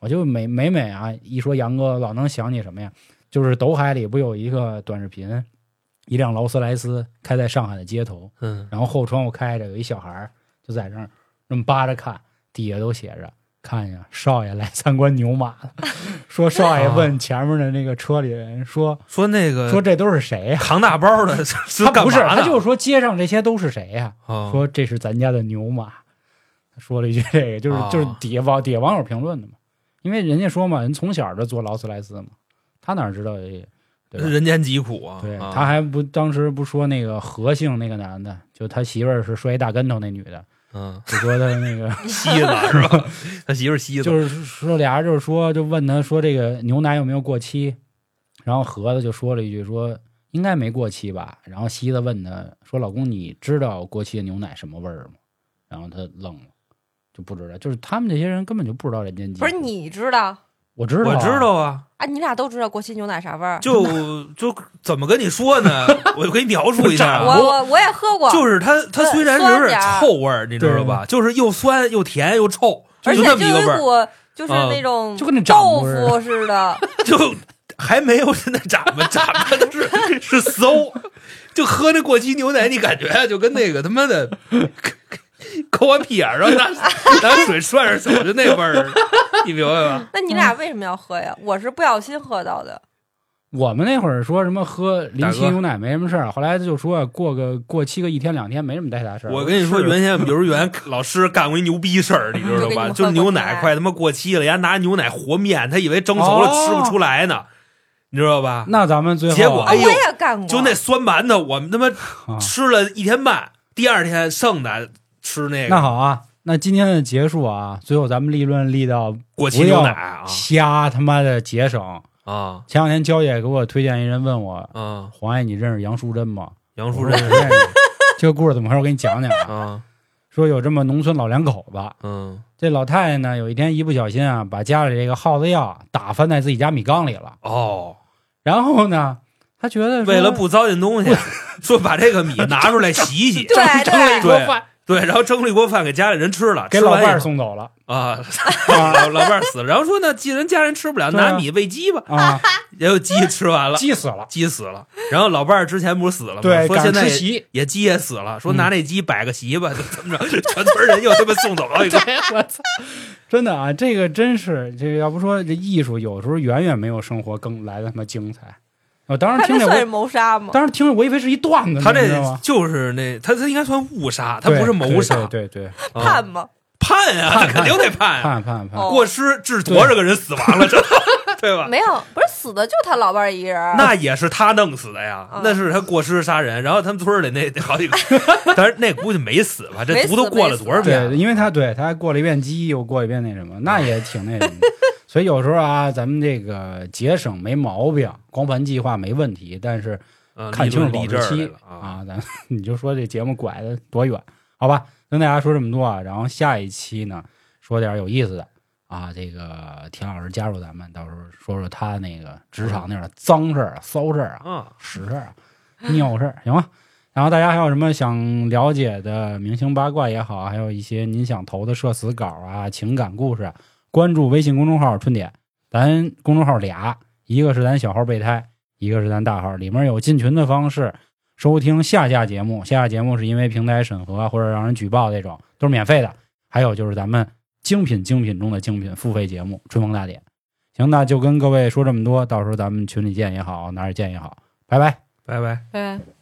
我就每每每啊，一说杨哥，老能想起什么呀？就是抖海里不有一个短视频，一辆劳斯莱斯开在上海的街头，
嗯
然后后窗户开着，有一小孩儿就在那儿那么扒着看，底下都写着“看呀，少爷来参观牛马 了”。说少爷问前面的那个车里人说
嗯说那：“个
说这都是谁呀、
扛大包的，是
他不是，
呃干嘛
他
呢
就说街上这些都是谁呀、
啊
说这是咱家的牛马，说了一句这个，就是、
啊
就是底下网底下网友评论的嘛，因为人家说嘛，人从小就坐劳斯莱斯嘛，他哪知道这些，对吧
人间疾苦啊，
对，
啊
他还不当时不说那个何姓那个男的，就他媳妇儿是摔一大跟头那女的，
嗯
就说他那个
西子是吧？他媳妇儿西子，
就是说俩人就是说就问他说这个牛奶有没有过期，然后盒子就说了一句说应该没过期吧，然后西子问他说老公你知道过期的牛奶什么味儿吗？然后他愣了，就不知道，就是他们这些人根本就不知道人间疾苦。
不是，你知道
我知道啊，
我知道啊，
啊？你俩都知道过期牛奶啥味儿？
就就怎么跟你说呢？我就给你描述一下
我
啊，
我我也喝过，
就是它它虽然是有点臭味儿，你知道吧？就是又酸又甜又臭，
而且
那
就
么一个
有
味
一
儿，
股就是
嗯
那种
啊就跟那掌
豆
味儿
腐 似的，
就还没有那长吧，长吧都是是馊，就喝那过期牛奶，你感觉啊就跟那个他妈的抠完屁眼儿，然后拿拿水涮着手，就那味儿，你明白吧？
那你俩为什么要喝呀？我是不小心喝到的。
我们那会儿说什么喝临
大
期
哥
牛奶没什么事儿，后来就说过个过期个一天两天没什么太大事儿。
我跟你说，
是
原先我们幼儿园老师干过一牛逼事儿，你知道
就给你
吧？
们
就
喝
牛
过
奶
奶
快他妈过期了，人家拿牛奶和面，他以为蒸熟了
哦
吃不出来呢，你知道吧？
那咱们最后啊
结果
啊，
哎呦
我也干过，，
就那酸馒头，我们他妈
啊
吃了一天半，第二天剩的吃那
那
个
好啊，那今天的结束啊，最后咱们立论立到
过期牛奶啊
瞎他妈的节省。
啊
前两天娇姐给我推荐一人问我，
啊！
黄爷你认识杨淑珍吗？
杨
我
树
说
这
我认识。 这个故事怎么回事？我给你讲讲啊。
啊
说有这么农村老两口子，
嗯
这老太太呢有一天一不小心啊，把家里这个耗子药打翻在自己家米缸里了。
哦，
然后呢，她觉得说
为了不糟践东西，说把这个米拿出来洗一洗
对
蒸了一
对，
锅饭
对，然后蒸了一锅饭给家里人吃了，
给
吃
老
完以
伴儿
后
送走了
啊，
啊
老老伴儿死了，然后说呢，既然家人吃不了，
对啊
拿米喂鸡吧，
啊，
然后鸡吃完了，
急死了。
鸡死了，然后老伴儿之前不是死了吗？
对，
说
赶嗯上
现在
吃
也
席。
也鸡也死了，说拿那鸡摆个席吧，就这么着，全村人又他妈送 走了一个，
我操！真的啊，这个真是这个，要不说这艺术有时候远远没有生活更来的他妈精彩。我当时
他
听
这
着
算是
我，
谋杀吗？
当时听着我以为是一段子，
他
你知
这
道吗？
就是那他他应该算误杀，他
对
不是谋杀，
对对对，
啊
判吗？
判啊，
判
他肯定得判啊，
判判判
哦，
过失致多少个人死亡了， 这对吧？
没有，不是死的就他老伴儿一人儿。
那也是他弄死的呀，
啊
那是他过失杀人，然后他们村儿里那那好几个， 但是那估计没死吧？这
没
毒
死
都过了
没死
多少遍了
对，？因为他对他还过了一遍鸡，又过一遍那什么，那也挺那 什么的。所以有时候啊，咱们这个节省没毛病，光盘计划没问题，但是
嗯
看清楚保
立
质
正
期
啊！
啊，咱 你就说这节目拐的多远，好吧？跟大家说这么多啊，然后下一期呢，说点有意思的啊。这个田老师加入咱们，到时候说说他那个职场那点脏事儿啊、骚事儿啊、
啊，
屎事儿啊、尿事儿，行吗？然后大家还有什么想了解的明星八卦也好，还有一些您想投的社死稿啊、情感故事啊，关注微信公众号“春点”，咱公众号俩，一个是咱小号备胎，一个是咱大号，里面有进群的方式，收听下架节目，下架节目是因为平台审核啊或者让人举报这种，都是免费的。还有就是咱们精品精品中的精品付费节目《春风大典》。行，那就跟各位说这么多，到时候咱们群里见也好，哪儿见也好，拜拜。
拜拜。
对。